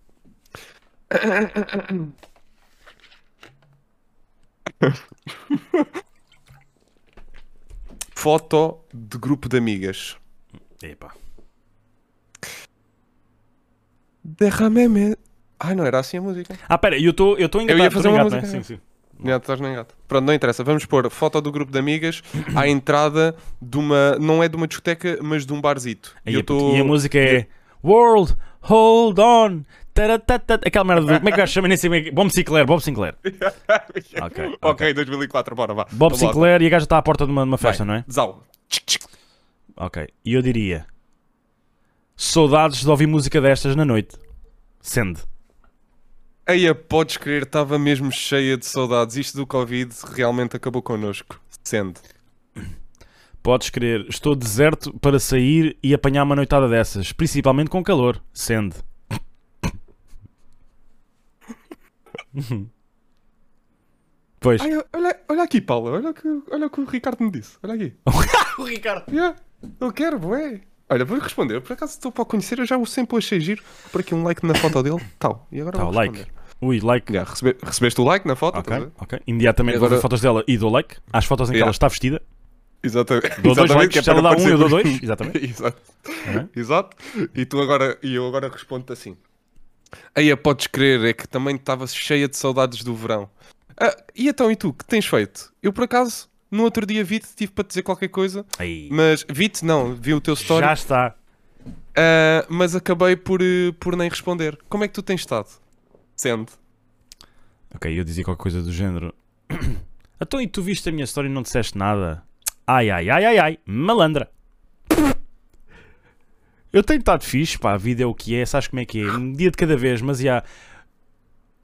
[SPEAKER 1] Foto de grupo de amigas.
[SPEAKER 2] Epa.
[SPEAKER 1] Derrameme. Ai, não era assim a música.
[SPEAKER 2] Ah, pera, eu estou eu estou engatado.
[SPEAKER 1] ia fazer
[SPEAKER 2] tô
[SPEAKER 1] uma
[SPEAKER 2] engatado,
[SPEAKER 1] música.
[SPEAKER 2] né? Sim, sim.
[SPEAKER 1] Já estás no engate. Pronto, não interessa. Vamos pôr foto do grupo de amigas à entrada de uma. Não é de uma discoteca, mas de um barzito.
[SPEAKER 2] Aí,
[SPEAKER 1] E eu
[SPEAKER 2] puto, E a
[SPEAKER 1] estou.
[SPEAKER 2] música é World, Hold On. taratatata, Aquela merda do. Como é que o gajo chama? Nem sei bem. que- Bob Sinclair, Bob Sinclair. Ok, ok.
[SPEAKER 1] Ok, 2004, bora, vá.
[SPEAKER 2] Bob
[SPEAKER 1] Vamos lá.
[SPEAKER 2] Sinclair e a gaja está à porta de uma, de uma
[SPEAKER 1] Tá Vai,
[SPEAKER 2] festa, não é?
[SPEAKER 1] Zau. Tchic, tchic.
[SPEAKER 2] Ok. E eu diria: Saudades de ouvir música destas na noite. Send.
[SPEAKER 1] Eia, podes crer, estava mesmo cheia de saudades. Isto do Covid realmente acabou connosco. Sendo.
[SPEAKER 2] Podes crer, estou deserto para sair e apanhar uma noitada dessas, principalmente com calor. Send. pois.
[SPEAKER 1] Ai, olha, olha aqui, Paula, olha o que, olha o que o Ricardo me disse. Olha aqui.
[SPEAKER 2] o Ricardo.
[SPEAKER 1] Yeah, eu quero, bué. Olha, vou responder. Por acaso estou para o conhecer, eu já o sempre o achei giro. Por aqui um like na foto dele. Tal. E agora
[SPEAKER 2] Tá,
[SPEAKER 1] vou
[SPEAKER 2] o like.
[SPEAKER 1] responder.
[SPEAKER 2] Ui, like.
[SPEAKER 1] Yeah, recebe- recebeste o like na foto? estás a
[SPEAKER 2] Ok,
[SPEAKER 1] ver?
[SPEAKER 2] ok. Imediatamente vou
[SPEAKER 1] Agora-
[SPEAKER 2] ver fotos dela e dou like. Às fotos em que
[SPEAKER 1] Yeah.
[SPEAKER 2] ela está vestida.
[SPEAKER 1] Exatamente.
[SPEAKER 2] Dou dois
[SPEAKER 1] Exatamente,
[SPEAKER 2] likes.
[SPEAKER 1] que é
[SPEAKER 2] Se ela
[SPEAKER 1] para
[SPEAKER 2] dá um, eu dou
[SPEAKER 1] parecer-
[SPEAKER 2] dois. Exatamente.
[SPEAKER 1] Exato.
[SPEAKER 2] Uhum.
[SPEAKER 1] Exato. E, tu agora, e eu agora respondo-te assim. Aí a podes crer, é que também estava cheia de saudades do verão. Ah, e então, e tu, que tens feito? Eu, por acaso, no outro dia vi-te, tive para te dizer qualquer coisa,
[SPEAKER 2] Aí.
[SPEAKER 1] mas vi-te não, vi o teu story,
[SPEAKER 2] Já está.
[SPEAKER 1] ah, mas acabei por, eh, por nem responder. Como é que tu tens estado? Sendo.
[SPEAKER 2] Ok, eu dizia qualquer coisa do género. Então e tu viste a minha história e não disseste nada? Ai, ai, ai, ai, ai. Malandra. Eu tenho estado fixe, pá. A vida é o que é. Sabes como é que é? Um dia de cada vez, mas já...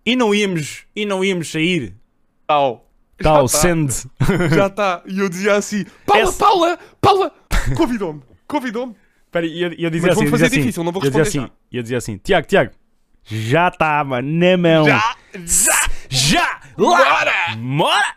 [SPEAKER 2] E não íamos, e não íamos sair.
[SPEAKER 1] Tal.
[SPEAKER 2] Tal,
[SPEAKER 1] Já tá.
[SPEAKER 2] send.
[SPEAKER 1] Já está. E eu dizia assim, Paula,
[SPEAKER 2] Essa-
[SPEAKER 1] Paula, Paula, convidou-me, convidou-me.
[SPEAKER 2] Espera, e eu, e eu dizia
[SPEAKER 1] Mas
[SPEAKER 2] assim,
[SPEAKER 1] vamos
[SPEAKER 2] eu
[SPEAKER 1] fazer
[SPEAKER 2] dizia assim,
[SPEAKER 1] difícil, não vou
[SPEAKER 2] eu dizia
[SPEAKER 1] responder
[SPEAKER 2] assim, eu dizia assim, Tiago, Tiago, já está, mano, na mão.
[SPEAKER 1] Já, já,
[SPEAKER 2] Já! Lá!
[SPEAKER 1] bora!
[SPEAKER 2] Mora!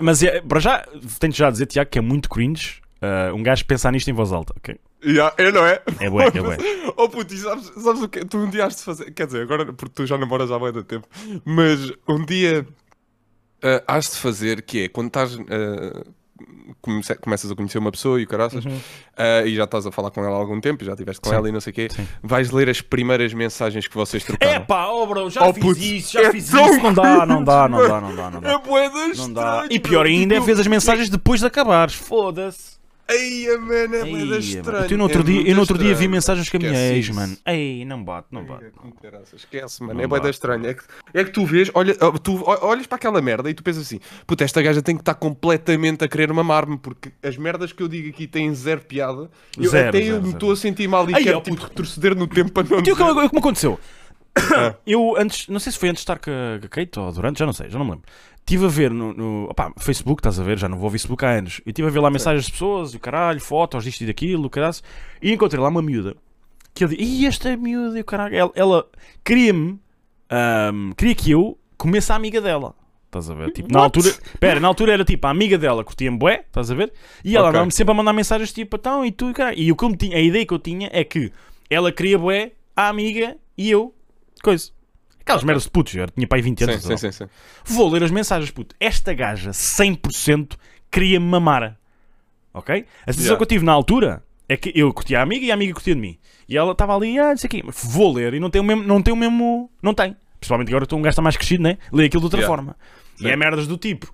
[SPEAKER 2] Mas é, para já, tenho já a dizer, Tiago, que é muito cringe ah, um gajo pensar nisto em voz alta, ok?
[SPEAKER 1] Yeah, é, não é?
[SPEAKER 2] É bué, é bué.
[SPEAKER 1] Oh puto, e sabes, sabes o que? Tu um dia has de fazer. Quer dizer, agora porque tu já namoras há muito tempo, mas um dia ah, has de fazer que é quando estás. ah, comece- começas a conhecer uma pessoa e o caraças
[SPEAKER 2] Uhum.
[SPEAKER 1] ah, e já estás a falar com ela há algum tempo, já estiveste com ela e não sei o quê, vais ler as primeiras mensagens que vocês trocaram.
[SPEAKER 2] É pá, oh bro, já
[SPEAKER 1] Oh,
[SPEAKER 2] fiz
[SPEAKER 1] puto,
[SPEAKER 2] isso, já
[SPEAKER 1] é
[SPEAKER 2] fiz
[SPEAKER 1] tão
[SPEAKER 2] isso. Não dá, não dá, não
[SPEAKER 1] cringe,
[SPEAKER 2] dá, não dá, não dá.
[SPEAKER 1] É bué de
[SPEAKER 2] Não
[SPEAKER 1] estranho,
[SPEAKER 2] dá. E pior
[SPEAKER 1] meu,
[SPEAKER 2] ainda é
[SPEAKER 1] tipo,
[SPEAKER 2] ver as mensagens depois de acabares, foda-se.
[SPEAKER 1] Ei, mano, é bué da
[SPEAKER 2] Ei, mano.
[SPEAKER 1] estranho.
[SPEAKER 2] Eu, no outro,
[SPEAKER 1] é
[SPEAKER 2] dia,
[SPEAKER 1] muito
[SPEAKER 2] eu no outro dia vi
[SPEAKER 1] estranho.
[SPEAKER 2] mensagens com a minha
[SPEAKER 1] Esquece
[SPEAKER 2] ex,
[SPEAKER 1] isso.
[SPEAKER 2] mano. Ei, não bate, não bate.
[SPEAKER 1] Ei, que É, caraças, Esquece, mano,
[SPEAKER 2] Não
[SPEAKER 1] é bué da
[SPEAKER 2] bate.
[SPEAKER 1] estranho. É que, é que tu vês, olha, oh, tu o- olhas para aquela merda e tu pensas assim: puta, esta gaja tem que estar completamente a querer mamar-me, porque as merdas que eu digo aqui têm zero piada. Eu
[SPEAKER 2] Zero,
[SPEAKER 1] até eu
[SPEAKER 2] zero,
[SPEAKER 1] me
[SPEAKER 2] zero.
[SPEAKER 1] estou a sentir mal e
[SPEAKER 2] Ai,
[SPEAKER 1] quero
[SPEAKER 2] ó,
[SPEAKER 1] tipo, retroceder no tempo para não.
[SPEAKER 2] Tio,
[SPEAKER 1] dizer.
[SPEAKER 2] como, como aconteceu? Eu antes, não sei se foi antes de estar com a com a Kate ou durante, já não sei, já não me lembro. Estive a ver no, no opá, Facebook, estás a ver, já não vou ao Facebook há anos. Eu estive a ver lá mensagens de pessoas, e o caralho, fotos disto e daquilo, o caralho. E encontrei lá uma miúda que eu disse: Ih, esta miúda, e o caralho. Ela, ela queria-me, ahm, queria que eu comesse a amiga dela. Estás a ver? Tipo, na
[SPEAKER 1] What?
[SPEAKER 2] altura, pera, na altura era tipo a amiga dela, curtia-me bué, estás a ver? E ela
[SPEAKER 1] Ok.
[SPEAKER 2] andava-me sempre a mandar mensagens tipo, então, e tu, e caralho. E o que eu me tinha, a ideia que eu tinha é que ela queria bué, a amiga e eu, coisa. Aquelas merdas de putos, eu tinha pai 20 anos.
[SPEAKER 1] Sim,
[SPEAKER 2] sei
[SPEAKER 1] sim,
[SPEAKER 2] lá.
[SPEAKER 1] sim, sim.
[SPEAKER 2] Vou ler as mensagens, puto. Esta gaja 100% queria-me mamar. Ok? A sensação
[SPEAKER 1] Yeah.
[SPEAKER 2] que eu tive na altura é que eu curtia a amiga e a amiga curtia de mim. E ela estava ali, ah, não sei o quê. Mas Vou ler e não tem o mesmo. Não tem. O mesmo, não tem. Principalmente agora eu estou um gajo está mais crescido, né? Leio aquilo de outra
[SPEAKER 1] Yeah.
[SPEAKER 2] forma. E
[SPEAKER 1] Sim.
[SPEAKER 2] é merdas do tipo.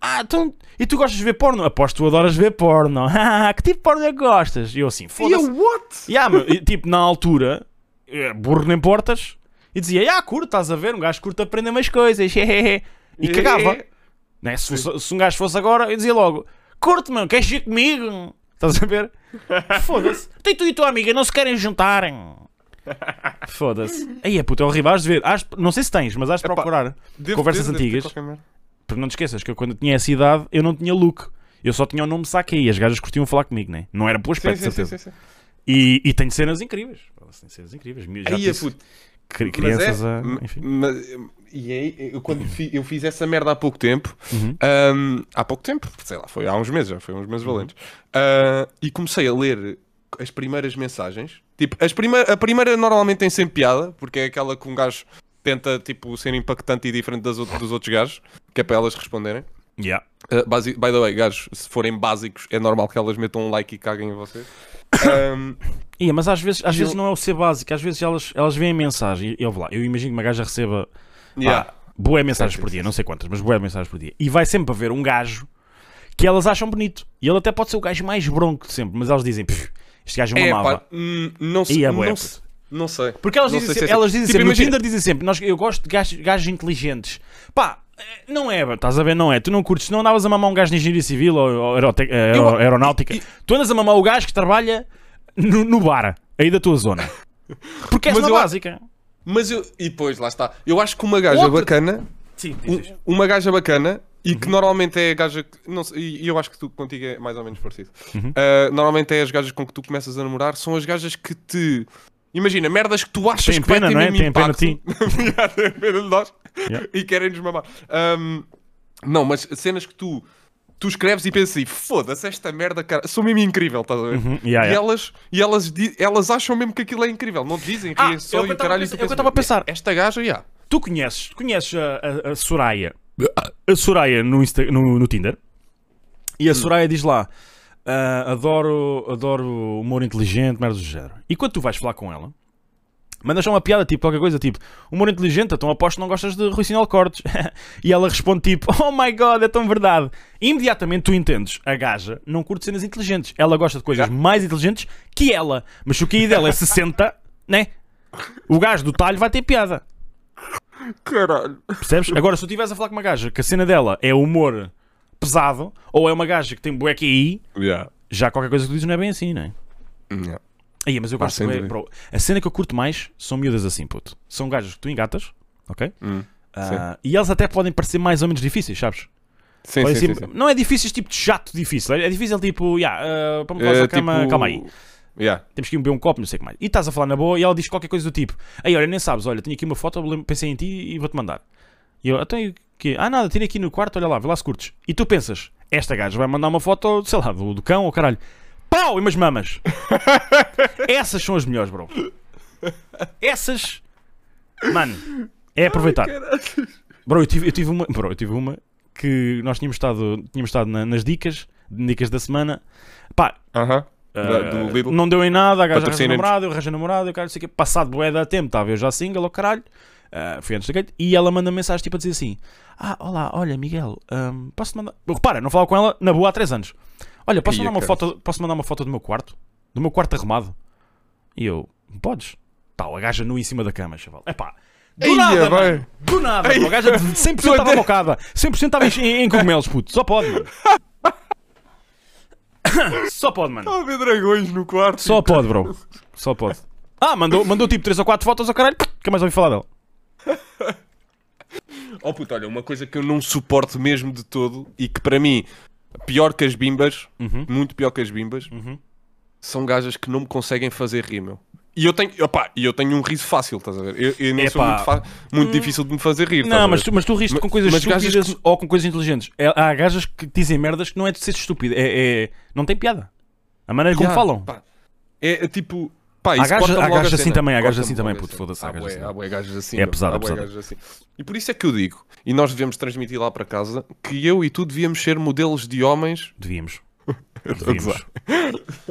[SPEAKER 2] Ah, então. E tu gostas de ver porno? Aposto que tu adoras ver porno. Ah, que tipo de porno é que gostas? E eu assim,
[SPEAKER 1] E
[SPEAKER 2] foda-se.
[SPEAKER 1] eu, what?
[SPEAKER 2] Yeah, meu, e, tipo, na altura, eh, burro nem portas, e dizia, ah, curto, estás a ver, um gajo curto aprende umas coisas, e
[SPEAKER 1] é,
[SPEAKER 2] cagava. Né? Se, fosse- se um gajo fosse agora, eu dizia logo, curto, meu, queres ir comigo? Estás a ver? Foda-se. Tem tu e tua amiga, não se querem juntarem. Foda-se. Aí é puto, é horrível, has de ver, has- não sei se tens, mas has de
[SPEAKER 1] Epá,
[SPEAKER 2] procurar.
[SPEAKER 1] Devo-
[SPEAKER 2] Conversas
[SPEAKER 1] devo- devo ter
[SPEAKER 2] antigas.
[SPEAKER 1] qualquer merda.
[SPEAKER 2] Porque não te esqueças que eu, quando tinha essa idade, eu não tinha look. Eu só tinha o nome Saque e as gajas curtiam falar comigo, né? Não era por aspecto,
[SPEAKER 1] Sim,
[SPEAKER 2] de
[SPEAKER 1] sim, sim, sim,
[SPEAKER 2] certeza.
[SPEAKER 1] sim.
[SPEAKER 2] E, e tem cenas incríveis. Elas têm cenas incríveis. Já
[SPEAKER 1] Aí, é,
[SPEAKER 2] disse,
[SPEAKER 1] puto.
[SPEAKER 2] cri-
[SPEAKER 1] Mas
[SPEAKER 2] crianças
[SPEAKER 1] é-
[SPEAKER 2] a.
[SPEAKER 1] ma-
[SPEAKER 2] Enfim.
[SPEAKER 1] ma- e aí, eu, quando fi- eu fiz essa merda há pouco tempo,
[SPEAKER 2] Uhum.
[SPEAKER 1] ahm, há pouco tempo, sei lá, foi há uns meses, já foi uns meses valentes, ah, e comecei a ler as primeiras mensagens. Tipo, as prime a primeira normalmente tem sempre piada, porque é aquela que um gajo tenta tipo, ser impactante e diferente das out- dos outros gajos, que é para elas responderem.
[SPEAKER 2] Yeah.
[SPEAKER 1] Uh, basi- by the way, gajos, se forem básicos, é normal que elas metam um like e caguem em vocês. Ahm,
[SPEAKER 2] Ia, mas às vezes, às
[SPEAKER 1] E
[SPEAKER 2] vezes
[SPEAKER 1] eu-
[SPEAKER 2] não é o ser básico, às vezes elas, elas veem a mensagem. Eu, vou lá, eu imagino que uma gaja receba
[SPEAKER 1] yeah.
[SPEAKER 2] pá, boé mensagens
[SPEAKER 1] Sim,
[SPEAKER 2] por
[SPEAKER 1] sim,
[SPEAKER 2] dia,
[SPEAKER 1] sim,
[SPEAKER 2] não sei quantas, mas boé mensagens por dia. E vai sempre haver um gajo que elas acham bonito. E ele até pode ser o gajo mais bronco de sempre, mas elas dizem, "Pff, este gajo é uma
[SPEAKER 1] é,
[SPEAKER 2] mava.
[SPEAKER 1] pá, hum, não sei.
[SPEAKER 2] E é bué,
[SPEAKER 1] não,
[SPEAKER 2] puto.
[SPEAKER 1] se- não sei.
[SPEAKER 2] Porque elas
[SPEAKER 1] Não sei
[SPEAKER 2] dizem,
[SPEAKER 1] se
[SPEAKER 2] sempre,
[SPEAKER 1] é
[SPEAKER 2] elas
[SPEAKER 1] assim.
[SPEAKER 2] dizem
[SPEAKER 1] Tipo,
[SPEAKER 2] sempre, no
[SPEAKER 1] imagina-
[SPEAKER 2] Tinder dizem sempre, nós, eu gosto de gajos, gajos inteligentes. Pá, eh, não é, bro, estás a ver, não é. Tu não curtes, não andavas a mamar um gajo de engenharia civil ou, ou aerote- eh,
[SPEAKER 1] Eu-
[SPEAKER 2] aeronáutica.
[SPEAKER 1] e-
[SPEAKER 2] Tu andas a mamar o gajo que trabalha no, no bar, aí da tua zona. Porque és
[SPEAKER 1] Mas
[SPEAKER 2] uma
[SPEAKER 1] eu a-
[SPEAKER 2] básica.
[SPEAKER 1] Mas eu. E depois, lá está. Eu acho que uma gaja
[SPEAKER 2] Outra-
[SPEAKER 1] bacana.
[SPEAKER 2] Sim,
[SPEAKER 1] um- uma gaja bacana. E
[SPEAKER 2] Uhum.
[SPEAKER 1] que normalmente é a gaja. Que, não sei, e- e eu acho que tu contigo é mais ou menos parecido.
[SPEAKER 2] Uhum.
[SPEAKER 1] Ah, normalmente é as gajas com que tu começas a namorar. São as gajas que te. Imagina, merdas que tu achas
[SPEAKER 2] Tem
[SPEAKER 1] que vai
[SPEAKER 2] pena,
[SPEAKER 1] ter
[SPEAKER 2] não é?
[SPEAKER 1] mesmo
[SPEAKER 2] Tem pena de
[SPEAKER 1] impacto.
[SPEAKER 2] ti.
[SPEAKER 1] Yeah, Tem pena de nós.
[SPEAKER 2] Yeah.
[SPEAKER 1] E querem-nos mamar. Ahm, não, mas cenas que tu. Tu escreves e pensas assim, foda-se esta merda, cara, sou mesmo incrível, estás a ver?
[SPEAKER 2] Uhum, yeah,
[SPEAKER 1] E,
[SPEAKER 2] yeah.
[SPEAKER 1] elas, e elas, di- elas acham mesmo que aquilo é incrível, não te dizem,
[SPEAKER 2] Ah,
[SPEAKER 1] riem
[SPEAKER 2] é
[SPEAKER 1] só
[SPEAKER 2] o que
[SPEAKER 1] e
[SPEAKER 2] eu
[SPEAKER 1] o
[SPEAKER 2] tava
[SPEAKER 1] caralho.
[SPEAKER 2] a
[SPEAKER 1] e tu
[SPEAKER 2] pensar- é o que eu
[SPEAKER 1] pensas,
[SPEAKER 2] tava a pensar.
[SPEAKER 1] Esta gaja, já.
[SPEAKER 2] Tu conheces, conheces a, a, a Soraya. A Soraya no, Insta- no, no Tinder. E a Soraya diz lá: "Ah, adoro, adoro humor inteligente, merda do género. E quando tu vais falar com ela, mandas só uma piada, tipo, qualquer coisa, tipo, humor inteligente, então aposto que não gostas de Rui Sinal Cortes. e ela responde tipo: Oh my god, é tão verdade. Imediatamente tu entendes: a gaja não curte cenas inteligentes. Ela gosta de coisas mais inteligentes que ela. Mas se o que aí dela é 60, né? O gajo do talho vai ter piada.
[SPEAKER 1] Caralho.
[SPEAKER 2] Percebes? Agora, se tu estivesse a falar com uma gaja que a cena dela é humor pesado, ou é uma gaja que tem bué QI, já qualquer coisa que tu dizes não é bem assim, não é? Aí, mas eu gosto
[SPEAKER 1] sem
[SPEAKER 2] bué,
[SPEAKER 1] dúvida.
[SPEAKER 2] bro. A cena que eu curto mais são miúdas assim, puto. São gajas que tu engatas, ok?
[SPEAKER 1] Hum,
[SPEAKER 2] Ah, e elas até podem parecer mais ou menos difíceis, sabes?
[SPEAKER 1] Sim,
[SPEAKER 2] Podem
[SPEAKER 1] sim,
[SPEAKER 2] ser-
[SPEAKER 1] sim, sim.
[SPEAKER 2] Não é difíceis tipo chato difícil, é é difícil tipo, yeah, ah, vamos lá
[SPEAKER 1] Eh,
[SPEAKER 2] para cama, calma aí.
[SPEAKER 1] Yeah.
[SPEAKER 2] Temos que ir beber um copo, não sei o que mais. E estás a falar na boa e ela diz qualquer coisa do tipo: Ei, olha, nem sabes, olha, tenho aqui uma foto, lem- pensei em ti e vou-te mandar. E eu, até que Ah, nada, tirei aqui no quarto, olha lá, vê lá se curtes. E tu pensas: Esta gaja vai mandar uma foto, sei lá, do, do cão ou caralho. Pau, e umas mamas. Essas são as melhores, bro. Essas. Mano, é aproveitar. Bro, eu tive, eu tive uma, bro, eu tive uma que nós tínhamos estado, tínhamos estado na- nas dicas, dicas da semana. Pá,
[SPEAKER 1] Aham. Da-
[SPEAKER 2] Uh,
[SPEAKER 1] do Lidl.
[SPEAKER 2] Não deu em nada, a gaja arranja
[SPEAKER 1] Patrocinem-nos.
[SPEAKER 2] tá namorado, eu arranjo namorado, eu quero não sei o quê. Passado bué da tempo, estava eu já single, ao caralho. Ah, fui antes da Kate. E ela manda mensagem tipo a dizer assim: Ah, olá, olha, Miguel, ahm, posso mandar. Repara, não falo com ela na boa há 3 anos. Olha, posso
[SPEAKER 1] Ia,
[SPEAKER 2] mandar,
[SPEAKER 1] cara.
[SPEAKER 2] uma foto, posso mandar uma foto do meu quarto? Do meu quarto arrumado? E eu: Podes? Pá, a gaja nu em cima da cama, chaval. É pá. Do
[SPEAKER 1] Ia,
[SPEAKER 2] nada,
[SPEAKER 1] vai.
[SPEAKER 2] mano. do nada,
[SPEAKER 1] Ia.
[SPEAKER 2] o gajo 100% estava bocada, 100% estava em, em cogumelos, puto, só pode, mano. Só pode, mano.
[SPEAKER 1] Estava a ver dragões no quarto.
[SPEAKER 2] Só pode, bro. Só pode. Ah, mandou, mandou tipo 3 ou 4 fotos ao caralho. Quem mais ouvi falar dela?
[SPEAKER 1] Oh puto, olha, uma coisa que eu não suporto mesmo de todo e que para mim, pior que as bimbas,
[SPEAKER 2] Uhum.
[SPEAKER 1] muito pior que as bimbas, são gajas que não me conseguem fazer rir, meu. E eu tenho, opá, e eu tenho um riso fácil, estás a ver? Eu, eu não sou
[SPEAKER 2] Epá. Hum.
[SPEAKER 1] muito, fa- muito difícil de me fazer rir. estás a
[SPEAKER 2] Não, mas
[SPEAKER 1] ver?
[SPEAKER 2] tu, mas tu riste com coisas
[SPEAKER 1] mas gajas
[SPEAKER 2] estúpidas ou com coisas inteligentes. É- há gajas que dizem merdas que não é de ser estúpido. É, é- não tem piada. A maneira como
[SPEAKER 1] Ya,
[SPEAKER 2] falam.
[SPEAKER 1] pá. é, é tipo. Pá,
[SPEAKER 2] Há
[SPEAKER 1] isso
[SPEAKER 2] gajas-
[SPEAKER 1] corta-me
[SPEAKER 2] há
[SPEAKER 1] logo
[SPEAKER 2] gajas
[SPEAKER 1] a
[SPEAKER 2] assim
[SPEAKER 1] cena.
[SPEAKER 2] também, há gajas
[SPEAKER 1] Corta-me
[SPEAKER 2] assim
[SPEAKER 1] logo
[SPEAKER 2] também,
[SPEAKER 1] a
[SPEAKER 2] puto,
[SPEAKER 1] cena.
[SPEAKER 2] foda-se, há
[SPEAKER 1] Há
[SPEAKER 2] gajas
[SPEAKER 1] bué-
[SPEAKER 2] assim.
[SPEAKER 1] há bué gajas assim.
[SPEAKER 2] É
[SPEAKER 1] meu,
[SPEAKER 2] pesado,
[SPEAKER 1] há
[SPEAKER 2] é
[SPEAKER 1] bué
[SPEAKER 2] pesado.
[SPEAKER 1] gajas assim. E por isso é que eu digo, e nós devemos transmitir lá para casa, que eu e tu devíamos ser modelos de homens
[SPEAKER 2] Devíamos.
[SPEAKER 1] tô a
[SPEAKER 2] Devíamos.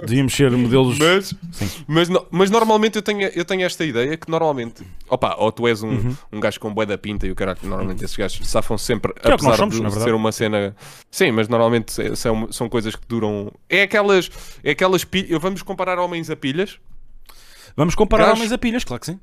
[SPEAKER 2] Devíamos ser modelos.
[SPEAKER 1] Mas,
[SPEAKER 2] Sim.
[SPEAKER 1] mas, no- mas normalmente eu tenho, eu tenho esta ideia que normalmente, opa, ou tu és um,
[SPEAKER 2] Uhum.
[SPEAKER 1] um gajo com bué da pinta e o caralho, normalmente esses gajos safam sempre,
[SPEAKER 2] É que nós
[SPEAKER 1] apesar
[SPEAKER 2] somos, na
[SPEAKER 1] de
[SPEAKER 2] verdade.
[SPEAKER 1] ser uma cena. Sim, mas normalmente se- são, são coisas que duram. É aquelas, é aquelas pilhas. Vamos comparar homens a pilhas.
[SPEAKER 2] Vamos comparar
[SPEAKER 1] Gajos-
[SPEAKER 2] homens a pilhas, claro que sim.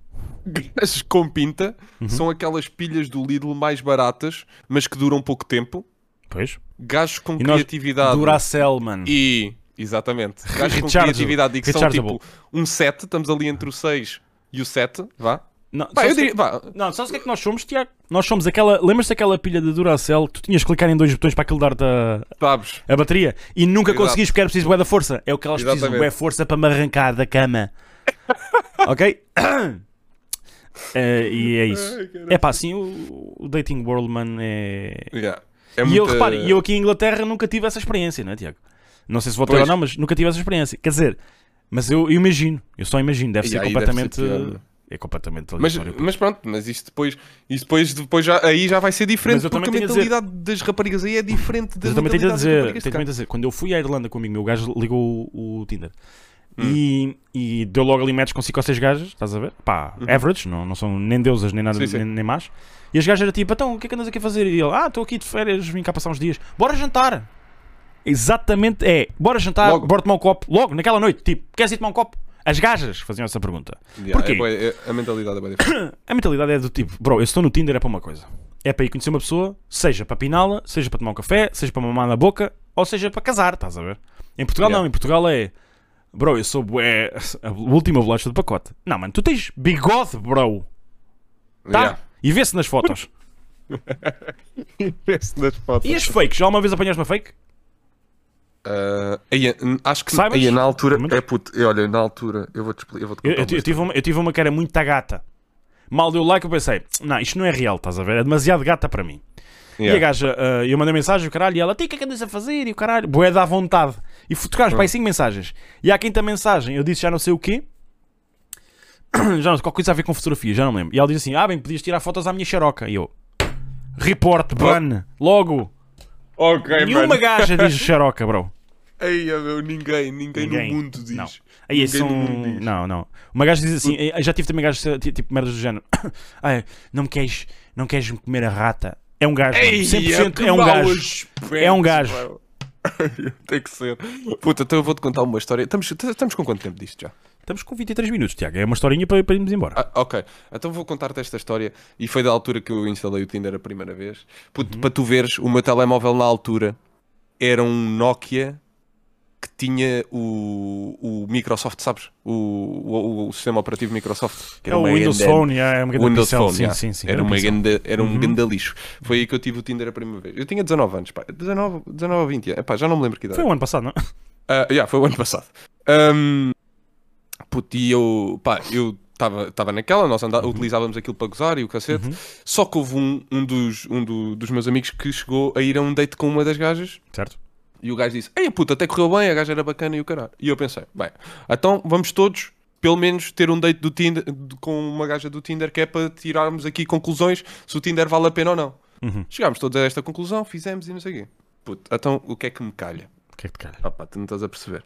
[SPEAKER 1] Gajos com pinta
[SPEAKER 2] Uhum.
[SPEAKER 1] são aquelas pilhas do Lidl mais baratas, mas que duram pouco tempo.
[SPEAKER 2] Pois.
[SPEAKER 1] Gajos com
[SPEAKER 2] E nós-
[SPEAKER 1] criatividade.
[SPEAKER 2] Duracell, mano.
[SPEAKER 1] E. Exatamente. Gajos com
[SPEAKER 2] Rechargeable.
[SPEAKER 1] criatividade e que são
[SPEAKER 2] Rechargeable.
[SPEAKER 1] tipo um 7. Estamos ali entre o 6 e o 7. Vá.
[SPEAKER 2] Não,
[SPEAKER 1] Pá,
[SPEAKER 2] sabes
[SPEAKER 1] eu
[SPEAKER 2] que-
[SPEAKER 1] diria. Vá.
[SPEAKER 2] Não, sabes o que é que nós somos, Tiago? Nós somos aquela. Lembras-te daquela pilha de Duracell que tu tinhas que clicar em dois botões para aquilo dar-te a,
[SPEAKER 1] Sabes?
[SPEAKER 2] a bateria e nunca
[SPEAKER 1] Exato.
[SPEAKER 2] conseguiste porque era preciso bué da força? É o que elas precisam,
[SPEAKER 1] Exatamente.
[SPEAKER 2] bué força para me arrancar da cama. ok? Eh, e é isso.
[SPEAKER 1] Ai, caralho.
[SPEAKER 2] É pá, assim o, o Dating World, man, é.
[SPEAKER 1] Yeah. É
[SPEAKER 2] E eu,
[SPEAKER 1] muita-
[SPEAKER 2] repare, eu aqui em Inglaterra nunca tive essa experiência, não é, Tiago? Não sei se vou ter
[SPEAKER 1] Pois.
[SPEAKER 2] ou não, mas nunca tive essa experiência. Quer dizer, mas eu, eu imagino, eu só imagino, deve
[SPEAKER 1] E
[SPEAKER 2] ser
[SPEAKER 1] aí deve ser
[SPEAKER 2] completamente.
[SPEAKER 1] pior, né?
[SPEAKER 2] é completamente
[SPEAKER 1] Mas,
[SPEAKER 2] aleatório.
[SPEAKER 1] mas pronto, mas isso depois, isso depois, depois já, aí já vai ser diferente
[SPEAKER 2] Mas eu
[SPEAKER 1] porque a
[SPEAKER 2] também tenho a dizer-
[SPEAKER 1] mentalidade das raparigas aí é diferente da
[SPEAKER 2] Mas eu também tenho
[SPEAKER 1] mentalidade
[SPEAKER 2] a
[SPEAKER 1] das
[SPEAKER 2] dizer,
[SPEAKER 1] raparigas
[SPEAKER 2] tenho
[SPEAKER 1] de cá.
[SPEAKER 2] também a dizer, quando eu fui à Irlanda com um amigo meu, o gajo ligou o, o Tinder
[SPEAKER 1] Hum.
[SPEAKER 2] e, e deu logo ali matches com 5 ou 6 gajas, estás a ver? Pá, average, não, não são nem deusas nem nada,
[SPEAKER 1] Uhum. Sim, sim.
[SPEAKER 2] Nem, nem más. E as gajas eram tipo, então o que é que andas aqui a fazer? E ele, ah, estou aqui de férias, vim cá passar uns dias, bora jantar! Exatamente, é, bora jantar,
[SPEAKER 1] Logo.
[SPEAKER 2] bora tomar um copo, logo, naquela noite, tipo, queres ir tomar um copo? As gajas faziam essa pergunta.
[SPEAKER 1] Yeah,
[SPEAKER 2] Porquê?
[SPEAKER 1] é bué- é- a mentalidade é bem diferente.
[SPEAKER 2] A mentalidade é do tipo, bro, eu estou no Tinder é para uma coisa. É para ir conhecer uma pessoa, seja para piná-la, seja para tomar um café, seja para mamar na boca, ou seja para casar, estás a ver? Em Portugal
[SPEAKER 1] Yeah.
[SPEAKER 2] não, em Portugal é... Bro, eu sou bué, a última bolacha do pacote. Não, mano, tu tens bigode, bro, tá?
[SPEAKER 1] Yeah.
[SPEAKER 2] E vê-se nas fotos.
[SPEAKER 1] Vê-se nas fotos.
[SPEAKER 2] E as fakes? Já uma vez apanhaste uma fake?
[SPEAKER 1] Ah, aí, hum, acho que
[SPEAKER 2] Saibas?
[SPEAKER 1] aí, na altura.
[SPEAKER 2] Muito.
[SPEAKER 1] É puto, eu, olha, na altura, eu vou-te expli- eu vou-te
[SPEAKER 2] Eu,
[SPEAKER 1] contar.
[SPEAKER 2] eu-
[SPEAKER 1] uma
[SPEAKER 2] eu tipo, tive uma, eu tive uma que era muito gata. Mal deu like, eu pensei, não, isto não é real, estás a ver? É demasiado gata para mim. E a
[SPEAKER 1] Yeah.
[SPEAKER 2] gaja, ah, eu mandei mensagem, o caralho, e ela, "Ti, o que é que andas a fazer? E o caralho, boé, dá vontade. E fui- trocaram
[SPEAKER 1] Hum.
[SPEAKER 2] para aí 5 mensagens. E à quinta mensagem, eu disse já não sei o quê, já não sei, qualquer coisa a ver com fotografia, já não me lembro. E ela disse assim, ah, bem, podias tirar fotos à minha xeroca. E eu, report, ban, logo.
[SPEAKER 1] Ok,
[SPEAKER 2] Nenhuma
[SPEAKER 1] É, mano.
[SPEAKER 2] gaja diz xeroca, bro.
[SPEAKER 1] Aí, meu, ninguém, ninguém,
[SPEAKER 2] Ninguém.
[SPEAKER 1] no mundo diz.
[SPEAKER 2] Não. Aí
[SPEAKER 1] Ninguém
[SPEAKER 2] são.
[SPEAKER 1] no mundo diz.
[SPEAKER 2] Não, não. Uma gaja diz assim, eu já tive também gajos ti- tipo merdas do género. Ai, não me queres, não queres me comer a rata. É um gajo, mano.
[SPEAKER 1] Ei,
[SPEAKER 2] 100%
[SPEAKER 1] que
[SPEAKER 2] é um
[SPEAKER 1] mau
[SPEAKER 2] gajo.
[SPEAKER 1] aspecto,
[SPEAKER 2] É um gajo.
[SPEAKER 1] pá. Tem que ser. Puta, então eu vou-te contar uma história. Estamos, estamos com quanto tempo disto já?
[SPEAKER 2] Estamos com 23 minutos, Tiago. É uma historinha para, para irmos embora.
[SPEAKER 1] Ah, ok, então vou contar-te esta história. E foi da altura que eu instalei o Tinder a primeira vez. Puto,
[SPEAKER 2] Uhum.
[SPEAKER 1] Para tu veres, o meu telemóvel na altura era um Nokia que tinha o, o Microsoft, sabes? O, o, o sistema operativo Microsoft. que
[SPEAKER 2] é
[SPEAKER 1] era
[SPEAKER 2] o
[SPEAKER 1] uma
[SPEAKER 2] Windows
[SPEAKER 1] grande-
[SPEAKER 2] Phone, yeah, é uma grande
[SPEAKER 1] Windows
[SPEAKER 2] pixel,
[SPEAKER 1] Phone,
[SPEAKER 2] sim,
[SPEAKER 1] yeah.
[SPEAKER 2] sim, sim,
[SPEAKER 1] era,
[SPEAKER 2] grande
[SPEAKER 1] uma
[SPEAKER 2] pixel. Uhum.
[SPEAKER 1] ganda, era um ganda lixo. Foi aí que eu tive o Tinder a primeira vez. Eu tinha 19 anos, pá. 19, 19 ou 20 anos. Epá, já não me lembro que idade.
[SPEAKER 2] Foi o ano passado, não? é?
[SPEAKER 1] Ah, yeah, foi o ano passado. Ahm, puto, e eu, pá, eu estava naquela, nós anda- utilizávamos aquilo para gozar e o cacete. Só que houve um, um dos, um do- dos meus amigos que chegou a ir a um date com uma das gajas
[SPEAKER 2] Certo?
[SPEAKER 1] e o gajo disse: Ei, puta, até correu bem, a gaja era bacana e o caralho. E eu pensei: Bem, então vamos todos, pelo menos, ter um date do Tinder, de- com uma gaja do Tinder, que é para tirarmos aqui conclusões se o Tinder vale a pena ou não. Chegámos todos a esta conclusão, fizemos e não sei o quê. Puto, então o que é que me calha?
[SPEAKER 2] O que é que te calha?
[SPEAKER 1] Ah pá, tu não estás a perceber.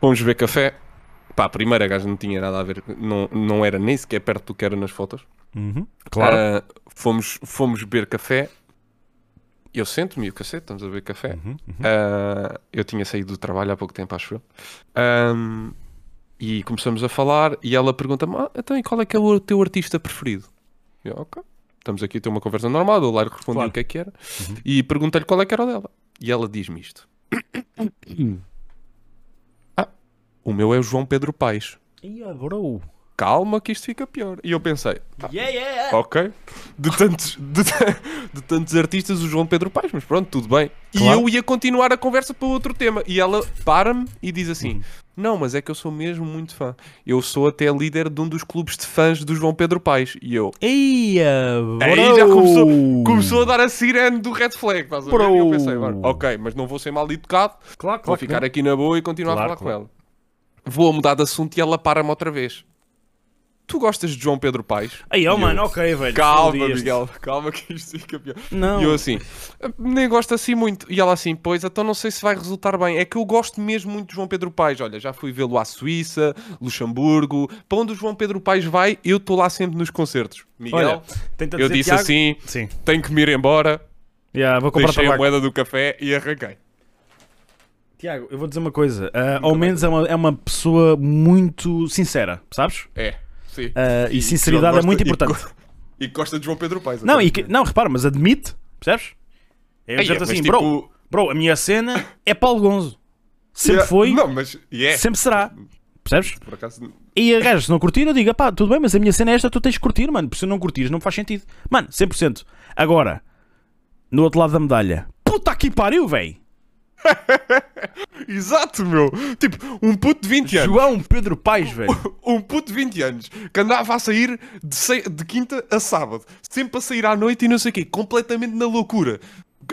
[SPEAKER 1] Fomos beber café, Pá, a primeira gaja não tinha nada a ver, não, não era nem sequer perto do que era nas fotos.
[SPEAKER 2] Uhum, Claro.
[SPEAKER 1] Ah, fomos, fomos beber café. Eu sento-me e o cacete, estamos a beber café.
[SPEAKER 2] Uhum, uhum.
[SPEAKER 1] Ah, eu tinha saído do trabalho há pouco tempo, acho eu. Ahm, e começamos a falar e ela pergunta-me, "Ah, então e qual é que é o teu artista preferido? Eu, ok. Estamos aqui a ter uma conversa normal, eu lá lhe respondi
[SPEAKER 2] Claro.
[SPEAKER 1] o que é que era. E perguntei-lhe qual é que era o dela. E ela diz-me isto. ah, o meu é o João Pedro Paes.
[SPEAKER 2] Ia, bro.
[SPEAKER 1] Calma que isto fica pior. E eu pensei,
[SPEAKER 2] Yeah, yeah.
[SPEAKER 1] Ok. De tantos, de, ta- de tantos artistas, o João Pedro Paes, mas pronto, tudo bem. E
[SPEAKER 2] Claro.
[SPEAKER 1] eu ia continuar a conversa para outro tema. E ela para-me e diz assim:
[SPEAKER 2] Uhum.
[SPEAKER 1] Não, mas é que eu sou mesmo muito fã. Eu sou até líder de um dos clubes de fãs do João Pedro Paes. E eu.
[SPEAKER 2] Ia, bro.
[SPEAKER 1] Aí já começou, começou a dar a sirene do red flag. Estás a ver? E eu
[SPEAKER 2] Bro.
[SPEAKER 1] pensei: "Mano, Ok, mas não vou ser mal educado.
[SPEAKER 2] Claro,
[SPEAKER 1] Vou
[SPEAKER 2] claro. que
[SPEAKER 1] ficar
[SPEAKER 2] não.
[SPEAKER 1] aqui na boa e continuar
[SPEAKER 2] Claro,
[SPEAKER 1] a falar com
[SPEAKER 2] claro.
[SPEAKER 1] ela. Vou mudar de assunto e ela para-me outra vez. Tu gostas de João Pedro Paes?
[SPEAKER 2] Aí, ó,
[SPEAKER 1] E eu,
[SPEAKER 2] mano, ok, velho.
[SPEAKER 1] Calma,
[SPEAKER 2] fodeste.
[SPEAKER 1] Miguel, calma que isto fica pior.
[SPEAKER 2] Não.
[SPEAKER 1] E eu assim, nem gosto assim muito. E ela assim, pois, então não sei se vai resultar bem. É que eu gosto mesmo muito de João Pedro Paes. Olha, já fui vê-lo à Suíça, Luxemburgo. Para onde o João Pedro Paes vai, eu estou lá sempre nos concertos. Miguel,
[SPEAKER 2] Olha, tenta
[SPEAKER 1] eu
[SPEAKER 2] dizer,
[SPEAKER 1] disse
[SPEAKER 2] Tiago-
[SPEAKER 1] assim,
[SPEAKER 2] Sim.
[SPEAKER 1] tenho que me ir embora.
[SPEAKER 2] Yeah, vou comprar
[SPEAKER 1] Deixei a
[SPEAKER 2] tabaco.
[SPEAKER 1] moeda do café e arranquei.
[SPEAKER 2] Tiago, eu vou dizer uma coisa. Ah, ao menos é uma, é uma pessoa muito sincera, sabes?
[SPEAKER 1] É, sim.
[SPEAKER 2] Ah, e sinceridade é
[SPEAKER 1] gosta-
[SPEAKER 2] muito
[SPEAKER 1] e
[SPEAKER 2] importante.
[SPEAKER 1] go- E gosta de João Pedro Paes.
[SPEAKER 2] Não,
[SPEAKER 1] até.
[SPEAKER 2] e que- não, repara, mas admite, percebes? É um
[SPEAKER 1] Aí,
[SPEAKER 2] jeito
[SPEAKER 1] mas
[SPEAKER 2] assim,
[SPEAKER 1] tipo-
[SPEAKER 2] bro, bro, a minha cena é Paulo Gonzo. Sempre
[SPEAKER 1] Yeah,
[SPEAKER 2] foi,
[SPEAKER 1] é- Não, mas. e é
[SPEAKER 2] sempre será. Percebes?
[SPEAKER 1] Por acaso.
[SPEAKER 2] E a gaja, se não curtir, eu digo, pá, tudo bem, mas a minha cena é esta, tu tens de curtir, mano. Porque se não curtires, não faz sentido. Mano, 100%. Agora, no outro lado da medalha, puta que pariu, velho.
[SPEAKER 1] Exato, meu! Tipo, um puto de 20 anos.
[SPEAKER 2] João Pedro Paes, velho.
[SPEAKER 1] um puto de 20 anos que andava a sair de, sei- de quinta a sábado, sempre a sair à noite e não sei o quê, completamente na loucura.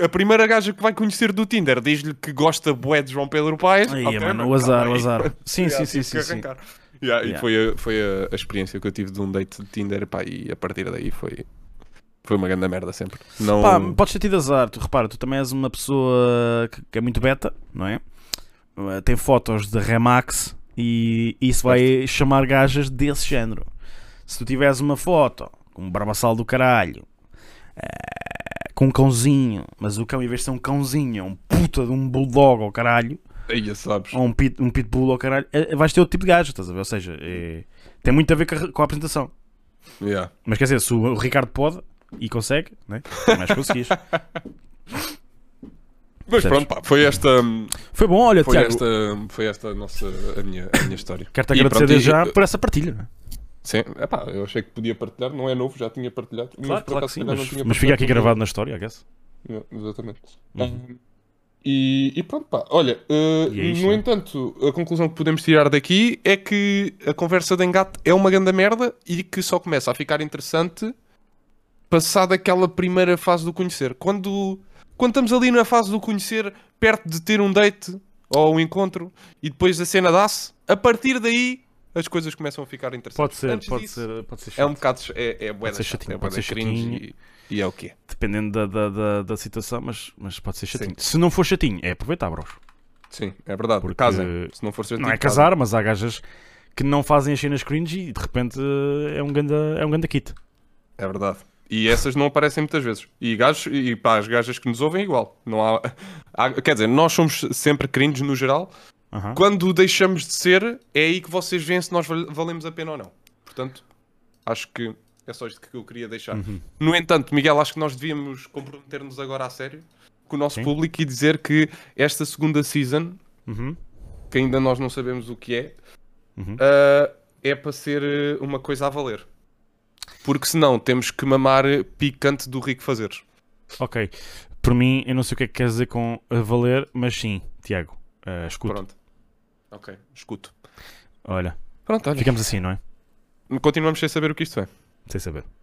[SPEAKER 1] A primeira gaja que vai conhecer do Tinder diz-lhe que gosta bué de João Pedro Paes.
[SPEAKER 2] Aí,
[SPEAKER 1] Ok,
[SPEAKER 2] mano,
[SPEAKER 1] mas
[SPEAKER 2] o azar,
[SPEAKER 1] calma
[SPEAKER 2] o
[SPEAKER 1] aí.
[SPEAKER 2] azar. Sim,
[SPEAKER 1] Yeah,
[SPEAKER 2] sim, sim,
[SPEAKER 1] tive
[SPEAKER 2] sim.
[SPEAKER 1] que
[SPEAKER 2] sim.
[SPEAKER 1] arrancar. Yeah,
[SPEAKER 2] Yeah.
[SPEAKER 1] E foi, a, foi a- a experiência que eu tive de um date de Tinder pá, e a partir daí foi, foi uma grande merda sempre. Não...
[SPEAKER 2] Pá, podes ter tido azar, tu repara, tu também és uma pessoa que, que é muito beta, não é? Uh, Tem fotos de Remax e isso vai chamar gajas desse género. Se tu tiveres uma foto com um barbaçal do caralho, eh, com um cãozinho, mas o cão em vez de ser um cãozinho, é um puta de um bulldog ao caralho,
[SPEAKER 1] Aí, sabes.
[SPEAKER 2] ou um, pit, um pitbull ao caralho, eh, vais ter outro tipo de gajo, estás a ver? Ou seja, eh, tem muito a ver com a, com a apresentação.
[SPEAKER 1] Yeah.
[SPEAKER 2] Mas quer dizer, se o o Ricardo pode e consegue, né? mas conseguis.
[SPEAKER 1] Mas
[SPEAKER 2] Percebes?
[SPEAKER 1] pronto, pá, foi esta,
[SPEAKER 2] Foi bom, olha,
[SPEAKER 1] foi
[SPEAKER 2] Tiago.
[SPEAKER 1] esta, foi esta a nossa, a minha, a minha história.
[SPEAKER 2] Quero-te
[SPEAKER 1] E
[SPEAKER 2] agradecer
[SPEAKER 1] pronto, e-
[SPEAKER 2] desde já por essa partilha. não é?
[SPEAKER 1] Sim, epá, eu achei que podia partilhar, não é novo, já tinha partilhado.
[SPEAKER 2] Claro, claro que
[SPEAKER 1] se
[SPEAKER 2] sim,
[SPEAKER 1] calhar,
[SPEAKER 2] mas,
[SPEAKER 1] não tinha
[SPEAKER 2] mas fica aqui
[SPEAKER 1] partilhado.
[SPEAKER 2] gravado na história, I guess.
[SPEAKER 1] É, exatamente. Um, e, e pronto, pá, olha, uh,
[SPEAKER 2] E é isto,
[SPEAKER 1] no
[SPEAKER 2] né?
[SPEAKER 1] entanto, a conclusão que podemos tirar daqui é que a conversa de engate é uma grande merda e que só começa a ficar interessante passada aquela primeira fase do conhecer. Quando, quando estamos ali na fase do conhecer, perto de ter um date ou um encontro e depois a cena dá-se, a partir daí as coisas começam a ficar interessantes. Antes disso,
[SPEAKER 2] pode ser.
[SPEAKER 1] é um bocado. ch- É, é bué
[SPEAKER 2] Pode
[SPEAKER 1] da
[SPEAKER 2] ser
[SPEAKER 1] chato,
[SPEAKER 2] chatinho,
[SPEAKER 1] é bué
[SPEAKER 2] pode
[SPEAKER 1] da
[SPEAKER 2] ser
[SPEAKER 1] cringe
[SPEAKER 2] chatinho.
[SPEAKER 1] E, e é o quê?
[SPEAKER 2] Dependendo da, da, da, da situação, mas, mas pode ser chatinho. Se não for chatinho, é aproveitar, bros.
[SPEAKER 1] Sim, é verdade.
[SPEAKER 2] Porque-
[SPEAKER 1] Casem. Se não for certinho,
[SPEAKER 2] Não é casar, mas há gajas que não fazem as cenas cringe e de repente eh, é um ganda, é um ganda kit.
[SPEAKER 1] É verdade. E essas não aparecem muitas vezes. E, gajos, e pá, as gajas que nos ouvem, igual. Não há, há- quer dizer, nós somos sempre cringe no geral.
[SPEAKER 2] Aham.
[SPEAKER 1] Quando deixamos de ser, é aí que vocês veem se nós val- valemos a pena ou não. Portanto, acho que é só isto que eu queria deixar.
[SPEAKER 2] Uhum.
[SPEAKER 1] No entanto, Miguel, acho que nós devíamos comprometer-nos agora a sério com o nosso
[SPEAKER 2] Sim.
[SPEAKER 1] público e dizer que esta segunda season
[SPEAKER 2] Uhum.
[SPEAKER 1] que ainda nós não sabemos o que é,
[SPEAKER 2] Uhum.
[SPEAKER 1] ah, é para ser eh, uma coisa a valer. Porque senão temos que mamar eh, picante do rico fazeres.
[SPEAKER 2] Ok. Por mim, eu não sei o que é que queres dizer com a valer, mas sim, Tiago. eh, escuta.
[SPEAKER 1] Pronto. Ok, escuto.
[SPEAKER 2] Olha,
[SPEAKER 1] Pronto, olha.
[SPEAKER 2] ficamos assim, não é?
[SPEAKER 1] Continuamos sem saber o que isto é.
[SPEAKER 2] Sem saber.